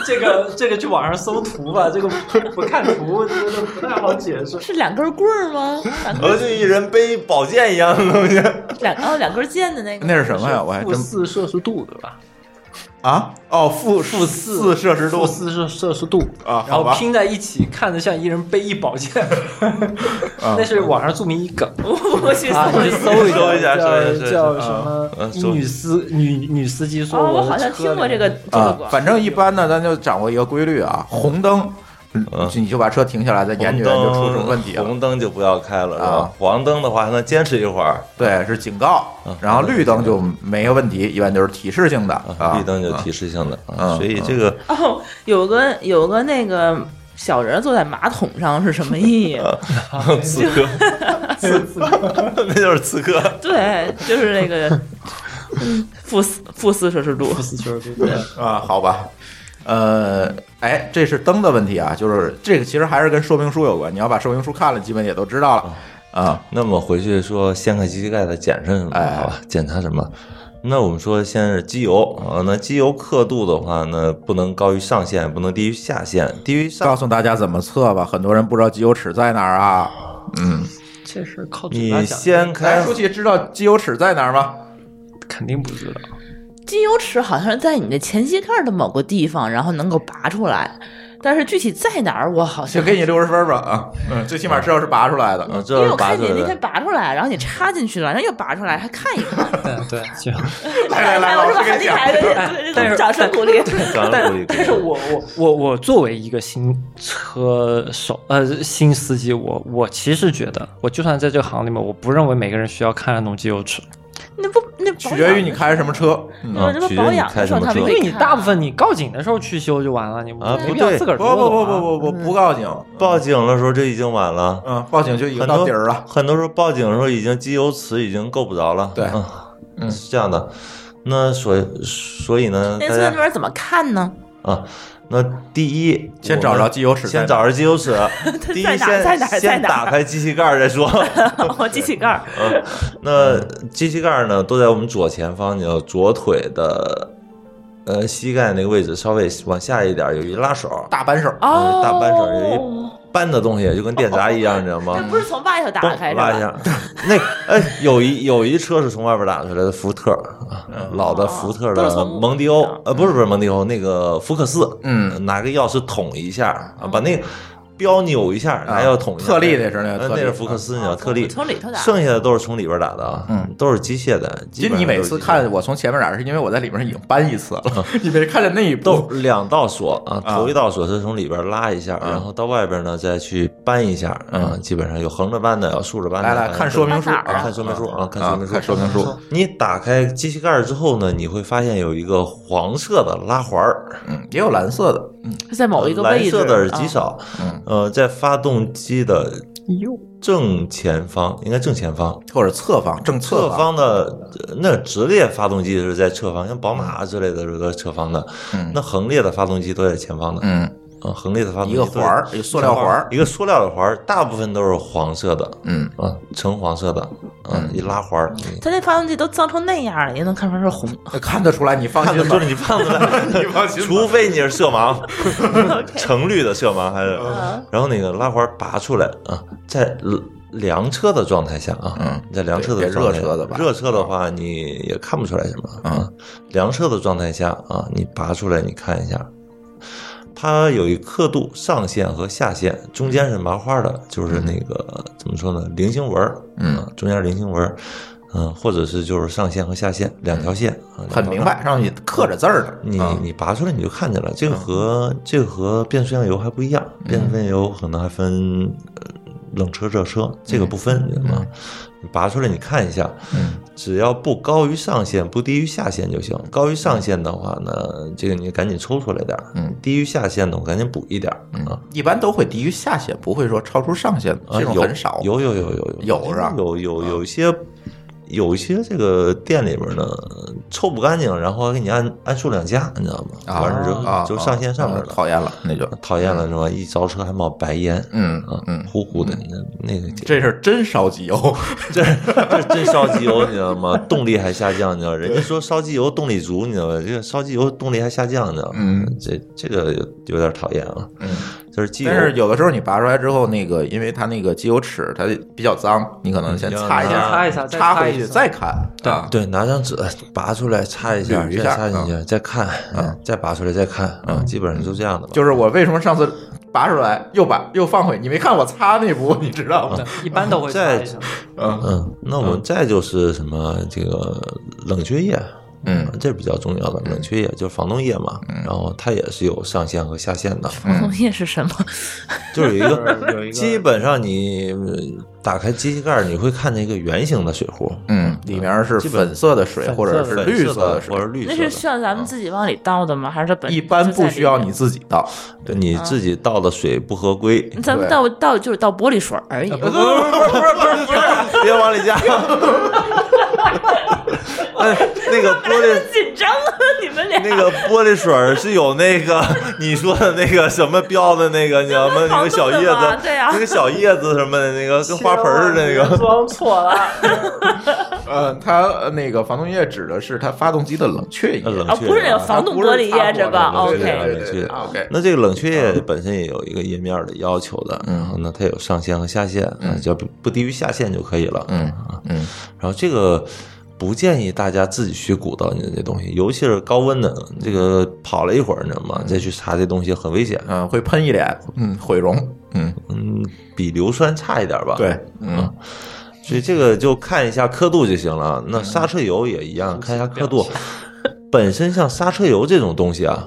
Speaker 5: 这个这个去网上搜图吧，这个不看图觉得不太好解释。
Speaker 4: 是两根棍儿吗？两
Speaker 6: 然后
Speaker 4: 根
Speaker 6: 就一人背宝剑一样的东西
Speaker 4: 两哦两根箭的那个，
Speaker 3: 那是什哎么呀？我还
Speaker 5: 负
Speaker 3: 真
Speaker 5: 四摄氏度对吧？
Speaker 3: 啊哦，负负四摄氏度
Speaker 5: 负四摄摄氏度
Speaker 3: 啊
Speaker 5: 然
Speaker 3: 好
Speaker 5: 后
Speaker 3: 吧
Speaker 5: 拼在一起，看着像一人背一宝剑， 那是网上著名一梗。
Speaker 4: 我去
Speaker 5: 啊，
Speaker 4: 搜
Speaker 5: 你
Speaker 4: 一
Speaker 5: 去
Speaker 4: 搜。
Speaker 5: 搜一
Speaker 6: 搜一下
Speaker 5: 下，
Speaker 6: 搜
Speaker 5: 叫
Speaker 6: 一下
Speaker 5: 叫什么
Speaker 6: 嗯？
Speaker 5: 一
Speaker 6: 搜
Speaker 5: 女司女女司机说
Speaker 4: 哦，我
Speaker 5: 的
Speaker 4: 好像
Speaker 5: 车
Speaker 4: 听过
Speaker 5: 里
Speaker 4: 这个这个
Speaker 3: 啊
Speaker 4: 广，告
Speaker 3: 反正一般呢，咱就掌握一个规律啊，红灯
Speaker 6: 嗯
Speaker 3: 你就把车停下来，再 研究研究
Speaker 6: 红灯
Speaker 3: 出什么问题了。
Speaker 6: 红灯就不要开了，是吧
Speaker 3: 啊？
Speaker 6: 黄灯的话还能坚持一会儿，
Speaker 3: 对，是警告，
Speaker 6: 嗯
Speaker 3: 然后绿灯就没有问题，一般就是提示性的啊，
Speaker 6: 绿灯就提示性的
Speaker 3: 啊
Speaker 6: 啊。所以这个
Speaker 4: 哦，有个有个那个小人坐在马桶上是什么意义？
Speaker 3: 啊
Speaker 6: 刺客，那就是刺客。
Speaker 4: 对，就是那个 嗯负四负四摄氏度。
Speaker 5: 不死球，对不对？
Speaker 3: 啊，好吧，呃，哎，这是灯的问题啊，就是这个其实还是跟说明书有关，你要把说明书看了，基本也都知道了啊。
Speaker 6: 那么回去说掀开机盖子检查什么？
Speaker 3: 哎
Speaker 6: 好吧，检查什么？那我们说先是机油啊，那机油刻度的话呢，不能高于上限，不能低于下限，低于上
Speaker 3: 告诉大家怎么测吧，很多人不知道机油尺在哪儿啊。嗯，
Speaker 5: 这事儿靠嘴巴讲，
Speaker 6: 你掀
Speaker 3: 来，
Speaker 6: 开
Speaker 3: 书记知道机油尺在哪儿 吗？
Speaker 5: 肯定不知道。
Speaker 4: 机油尺好像是在你的前机盖的某个地方，然后能够拔出来，但是具体在哪儿，我好
Speaker 3: 就
Speaker 4: 像
Speaker 3: 给你六十分吧啊，嗯，最起码知道是拔出来的。嗯
Speaker 4: 因
Speaker 6: 啊，这
Speaker 4: 为
Speaker 6: 是
Speaker 4: 我
Speaker 6: 拔
Speaker 4: 看
Speaker 6: 出
Speaker 4: 你那
Speaker 6: 来
Speaker 4: 天
Speaker 6: 的。
Speaker 4: 拔出来，然后你插进去了，然后又拔出来，还看一看， 哎
Speaker 5: 对对，行。
Speaker 3: 来来来，老
Speaker 4: 我
Speaker 3: 师
Speaker 4: 说
Speaker 3: 给
Speaker 4: 很
Speaker 3: 你
Speaker 4: 厉
Speaker 3: 讲。
Speaker 4: 害，对对
Speaker 5: 但是
Speaker 4: 对掌声鼓励。
Speaker 6: 咱
Speaker 5: 但
Speaker 6: 鼓励鼓励
Speaker 5: 但是我我我我作为一个新车手呃新司机，我我其实觉得，我就算在这个行里面，我不认为每个人需要看那种机油尺，
Speaker 4: 那不那保
Speaker 3: 取决于
Speaker 4: 养
Speaker 3: 你开什么车，嗯
Speaker 4: 那
Speaker 6: 嗯
Speaker 4: 不
Speaker 6: 取决于
Speaker 4: 保
Speaker 6: 你
Speaker 4: 养
Speaker 6: 开
Speaker 4: 的时候
Speaker 6: 什
Speaker 4: 他
Speaker 6: 么
Speaker 4: 们
Speaker 6: 车
Speaker 5: 因为
Speaker 4: 会
Speaker 5: 你
Speaker 4: 看
Speaker 5: 大部分你报警的时候去修就完了，你
Speaker 6: 啊
Speaker 5: 没
Speaker 6: 不
Speaker 5: 必要
Speaker 6: 对
Speaker 5: 自个儿
Speaker 3: 不
Speaker 5: 琢
Speaker 3: 不
Speaker 5: 磨
Speaker 3: 不
Speaker 5: 懂啊
Speaker 3: 不不不不告警，
Speaker 6: 报警的时候，这已经晚了。
Speaker 3: 嗯，报警就已经
Speaker 6: 很
Speaker 3: 到
Speaker 6: 多
Speaker 3: 底儿了。
Speaker 6: 很多时候报警的时候，已经机油词已经够不着了。
Speaker 3: 对
Speaker 6: 嗯，是这样的。那所所以呢，
Speaker 4: 那
Speaker 6: 大
Speaker 4: 在那
Speaker 6: 家
Speaker 4: 边怎么看呢？
Speaker 6: 啊，那第一
Speaker 3: 先找着机油尺在哪
Speaker 6: 先
Speaker 3: 儿
Speaker 6: 找着机油尺。第一
Speaker 4: 在哪儿在
Speaker 6: 先
Speaker 4: 哪儿在
Speaker 6: 先
Speaker 4: 哪儿
Speaker 6: 打开机器盖儿再说。
Speaker 4: 我机器盖儿，
Speaker 6: 嗯，那机器盖儿呢，都在我们左前方，你要左腿的呃膝盖那个位置稍微往下一点儿，有一拉手。
Speaker 3: 大扳手，
Speaker 4: 哦，
Speaker 6: 大扳手有扳的东西就跟电闸一样，你知道吗
Speaker 4: 这？不是从外头打开
Speaker 6: 嘣
Speaker 4: 是
Speaker 6: 拉一
Speaker 4: 吧？
Speaker 6: 下，那哎，有一有一车是从外边打出来的福特，啊
Speaker 3: 嗯
Speaker 6: 老的福特
Speaker 4: 哦都是
Speaker 6: 的
Speaker 4: 从嗯
Speaker 6: 蒙迪欧，呃，不是不是蒙迪欧，那个福克斯，呃
Speaker 3: 嗯，
Speaker 6: 拿个钥匙捅一下，啊，把
Speaker 4: 嗯
Speaker 6: 那个标扭一下，拿钥匙捅一下。
Speaker 3: 啊特例那是那个
Speaker 6: 呃
Speaker 3: 特
Speaker 6: 那
Speaker 3: 例啊
Speaker 6: 是福克斯，你知道特例，
Speaker 4: 哦从里头打
Speaker 6: 剩下的都是从里边打的啊，
Speaker 3: 嗯，
Speaker 6: 都是机械的。
Speaker 3: 其
Speaker 6: 基
Speaker 3: 实
Speaker 6: 本
Speaker 3: 你
Speaker 6: 上
Speaker 3: 每
Speaker 6: 都是
Speaker 3: 次
Speaker 6: 机械
Speaker 3: 看我从前面打，是因为我在里边已经搬一次了， 你没看见那一
Speaker 6: 都
Speaker 3: 步。
Speaker 6: 两道锁啊，
Speaker 3: 啊
Speaker 6: 头一道锁是从里边拉一下，
Speaker 3: 啊嗯
Speaker 6: 然后到外边呢再去扳一下啊，基本上有横着扳的，有竖着扳的。
Speaker 3: 来来
Speaker 6: 反正
Speaker 3: 看
Speaker 6: 都
Speaker 3: 说明书
Speaker 4: 搬哪儿啊
Speaker 6: 看说明书啊，看
Speaker 3: 啊
Speaker 6: 说明书，
Speaker 3: 看说明书。
Speaker 6: 你打开机器盖儿之后呢，你会发现有一个黄色的拉环儿，
Speaker 3: 嗯，也有蓝色的，嗯，
Speaker 4: 是在某一个
Speaker 6: 蓝
Speaker 4: 位置，
Speaker 6: 色的
Speaker 4: 啊
Speaker 6: 是
Speaker 4: 哎
Speaker 6: 极少，
Speaker 3: 嗯
Speaker 6: 呃，在发动机的正前方，应该正前方，
Speaker 3: 或者侧方、正
Speaker 6: 侧
Speaker 3: 侧方，
Speaker 6: 方的呃那直列发动机是在侧方，像宝马之类的都是侧方的，
Speaker 3: 嗯
Speaker 6: 那横列的发动机都在前方的，
Speaker 3: 嗯
Speaker 6: 啊，横列的发动
Speaker 3: 一
Speaker 6: 机
Speaker 3: 个
Speaker 6: 都在
Speaker 3: 环儿，一个塑料环儿，
Speaker 6: 一个塑料的环儿，大部分都是黄色的，
Speaker 3: 嗯，
Speaker 6: 啊，橙黄色的，啊，一拉环儿，你
Speaker 4: 它那发动机都脏成那样了，也能看出来是红。
Speaker 3: 看得出来，你放
Speaker 6: 看得
Speaker 3: 心
Speaker 6: 出
Speaker 3: 吧
Speaker 6: 来，。你放出来，你放心， 除非你是色盲， 橙绿的色盲还是，然后那个拉环拔出来啊，在凉车的状态下啊，
Speaker 3: 嗯
Speaker 6: 在凉车的
Speaker 3: 别
Speaker 6: 状态下
Speaker 3: 热车的吧
Speaker 6: 热车的话你也看不出来什么啊，凉车的状态下啊，你拔出来你看一下。它有一刻度上限和下限，中间是麻花的，就是那个怎么说呢，菱形纹儿，
Speaker 3: 嗯
Speaker 6: 啊，中间是菱形纹儿，嗯，或者是就是上限和下限两条线，啊
Speaker 3: 很明白，上面刻着字儿呢。
Speaker 6: 你
Speaker 3: 嗯
Speaker 6: 你拔出来你就看见了，
Speaker 3: 啊嗯
Speaker 6: 这个和这个和变速箱油还不一样，变速箱油可能还分呃冷车热车，这个不分，你知道吗？你拔出来你看一下，
Speaker 3: 嗯
Speaker 6: 只要不高于上限，不低于下限就行。高于上限的话呢，这个你赶紧抽出来点儿
Speaker 3: 嗯
Speaker 6: 低于下限的我赶紧补一点儿啊。
Speaker 3: 一般都会低于下限，不会说超出上限，
Speaker 6: 啊
Speaker 3: 这种
Speaker 6: 有
Speaker 3: 很少。
Speaker 6: 有有有有
Speaker 3: 有是吧啊
Speaker 6: 有有有一些。有一些这个店里边呢抽不干净，然后还给你按按数量加，你知道吗？
Speaker 3: 啊
Speaker 6: 完了之
Speaker 3: 啊
Speaker 6: 后就上线上面
Speaker 3: 啊
Speaker 6: 了，
Speaker 3: 讨厌了，那就
Speaker 6: 讨厌了是吧？一着车还冒白烟，
Speaker 3: 嗯
Speaker 6: 啊
Speaker 3: 嗯
Speaker 6: 呼呼的，那那个
Speaker 3: 这是真烧哦机油，
Speaker 6: 这这真烧机油，你知道 吗？动力还下降，你知道？人家说烧机油动力足，你知道吗？这个烧机油动力还下降，你知道吗？
Speaker 3: 嗯，
Speaker 6: 这这个有有点讨厌啊。
Speaker 3: 嗯，
Speaker 6: 就是机油，
Speaker 3: 但是有的时候你拔出来之后，那个因为它那个机油尺它比较脏，你可能先
Speaker 6: 嗯
Speaker 3: 擦一
Speaker 6: 先
Speaker 3: 下，
Speaker 5: 擦一下再
Speaker 3: 擦
Speaker 5: 擦
Speaker 3: 回
Speaker 5: 一
Speaker 3: 去
Speaker 5: 下
Speaker 3: 再看，
Speaker 5: 对
Speaker 3: 啊，
Speaker 6: 对，拿张纸拔出来擦一下，
Speaker 3: 捋一
Speaker 6: 再
Speaker 3: 下嗯
Speaker 6: 擦进去，再看，嗯，再拔出来再看，啊，基本上就这样的吧。
Speaker 3: 就是我为什么上次拔出来又拔又放回，你没看我擦那步，你知道吗？
Speaker 5: 啊一般都会擦
Speaker 6: 在
Speaker 5: 一下。
Speaker 3: 嗯
Speaker 6: 嗯，那我们再就是什么这个冷却液，啊
Speaker 3: 嗯
Speaker 6: 这比较重要的冷却液就是防冻液嘛，然后它也是有上限和下限
Speaker 3: 嗯
Speaker 6: 的，
Speaker 4: 工业是什么？
Speaker 6: 就是有 一
Speaker 5: 就是有
Speaker 6: 个
Speaker 5: 一个
Speaker 6: 基本上你嗯打开机器盖儿，你会看见一个圆形的水壶，
Speaker 3: 嗯，里面是
Speaker 6: 基本
Speaker 3: 粉色的水
Speaker 5: 粉
Speaker 3: 或者
Speaker 5: 色
Speaker 3: 是
Speaker 6: 粉
Speaker 3: 绿
Speaker 6: 色
Speaker 3: 色的
Speaker 6: 或者
Speaker 3: 水，
Speaker 6: 绿
Speaker 4: 那
Speaker 6: 色
Speaker 4: 是
Speaker 6: 的。啊
Speaker 4: 需要咱们自己往里倒的吗？还是它本
Speaker 3: 一般不需要你
Speaker 4: 就
Speaker 3: 自己倒，
Speaker 6: 对你自己倒的水不合规，
Speaker 4: 在里面？咱们倒倒就是倒玻璃水而已。
Speaker 6: 不不不不不 不，别往里加。 哎，那个玻璃
Speaker 4: 紧张啊，你们俩
Speaker 6: 那个玻璃水儿是有那个 你说的那个什么标的那个，你知道吗？那个小叶
Speaker 4: 防冻的
Speaker 6: 子
Speaker 4: 嘛，对啊
Speaker 6: 那个小叶子什么的，那个跟花盆儿似
Speaker 4: 哎
Speaker 6: 的那个。
Speaker 4: 装错了
Speaker 3: 呃，它呃那个防冻液指的是它发动机的冷却液，
Speaker 6: 呃冷
Speaker 4: 啊，不是那个防冻玻璃液这吧
Speaker 3: 啊不是擦玻璃
Speaker 4: ？OK，
Speaker 3: 对对对对 OK，
Speaker 6: 那这个冷却
Speaker 3: 嗯
Speaker 6: 液本身也有一个页面的要求的，然后呢，它有上限和下限，嗯，只要不不低于下限就可以了，
Speaker 3: 嗯
Speaker 6: 啊，
Speaker 3: 嗯
Speaker 6: 然后这个不建议大家自己去鼓捣你的这东西，尤其是高温的，这个跑了一会儿，你知道吗？再去查这东西很危险，啊
Speaker 3: 嗯、会喷一脸，嗯，毁容，嗯，
Speaker 6: 嗯，比硫酸差一点吧，
Speaker 3: 对，
Speaker 6: 啊
Speaker 3: 嗯，
Speaker 6: 所以这个就看一下刻度就行了。啊那刹车油也一
Speaker 3: 嗯
Speaker 6: 样，看一下刻度。 本身像刹车油这种东西啊，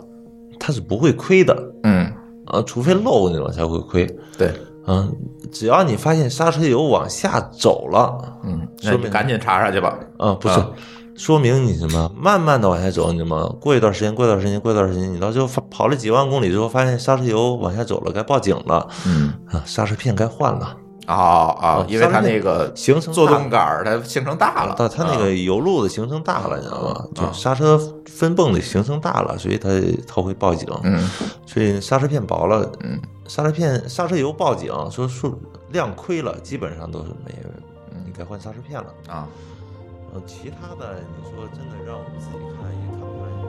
Speaker 6: 它是不会亏的
Speaker 3: 嗯，
Speaker 6: 啊，除非漏那种才会亏
Speaker 3: 对，
Speaker 6: 啊。只要你发现刹车油往下走了
Speaker 3: 嗯，
Speaker 6: 说
Speaker 3: 那你
Speaker 6: 明
Speaker 3: 赶紧查查去吧，
Speaker 6: 啊，不是
Speaker 3: 啊，
Speaker 6: 说明你什么慢慢的往下走，你知道吗？过一段时间，过一段时间，过一段时间，你到最后发跑了几万公里之后，发现刹车油往下走了，该报警了
Speaker 3: 嗯，
Speaker 6: 啊，刹车片该换了。
Speaker 3: 啊啊，因为它那个
Speaker 6: 哦形成
Speaker 3: 作
Speaker 6: 大
Speaker 3: 动杆儿它形成大了，啊
Speaker 6: 但它那个油路的行程大了，你知道吗？就刹车分泵的行程大了，所以它它会报警。
Speaker 3: 嗯，
Speaker 6: 所以刹车片薄了，
Speaker 3: 嗯，
Speaker 6: 刹车片刹车油报警说数量亏了，基本上都是没有，你该换刹车片了。
Speaker 3: 啊。
Speaker 6: 呃嗯，其他的你说真的让我们自己看也看不出来。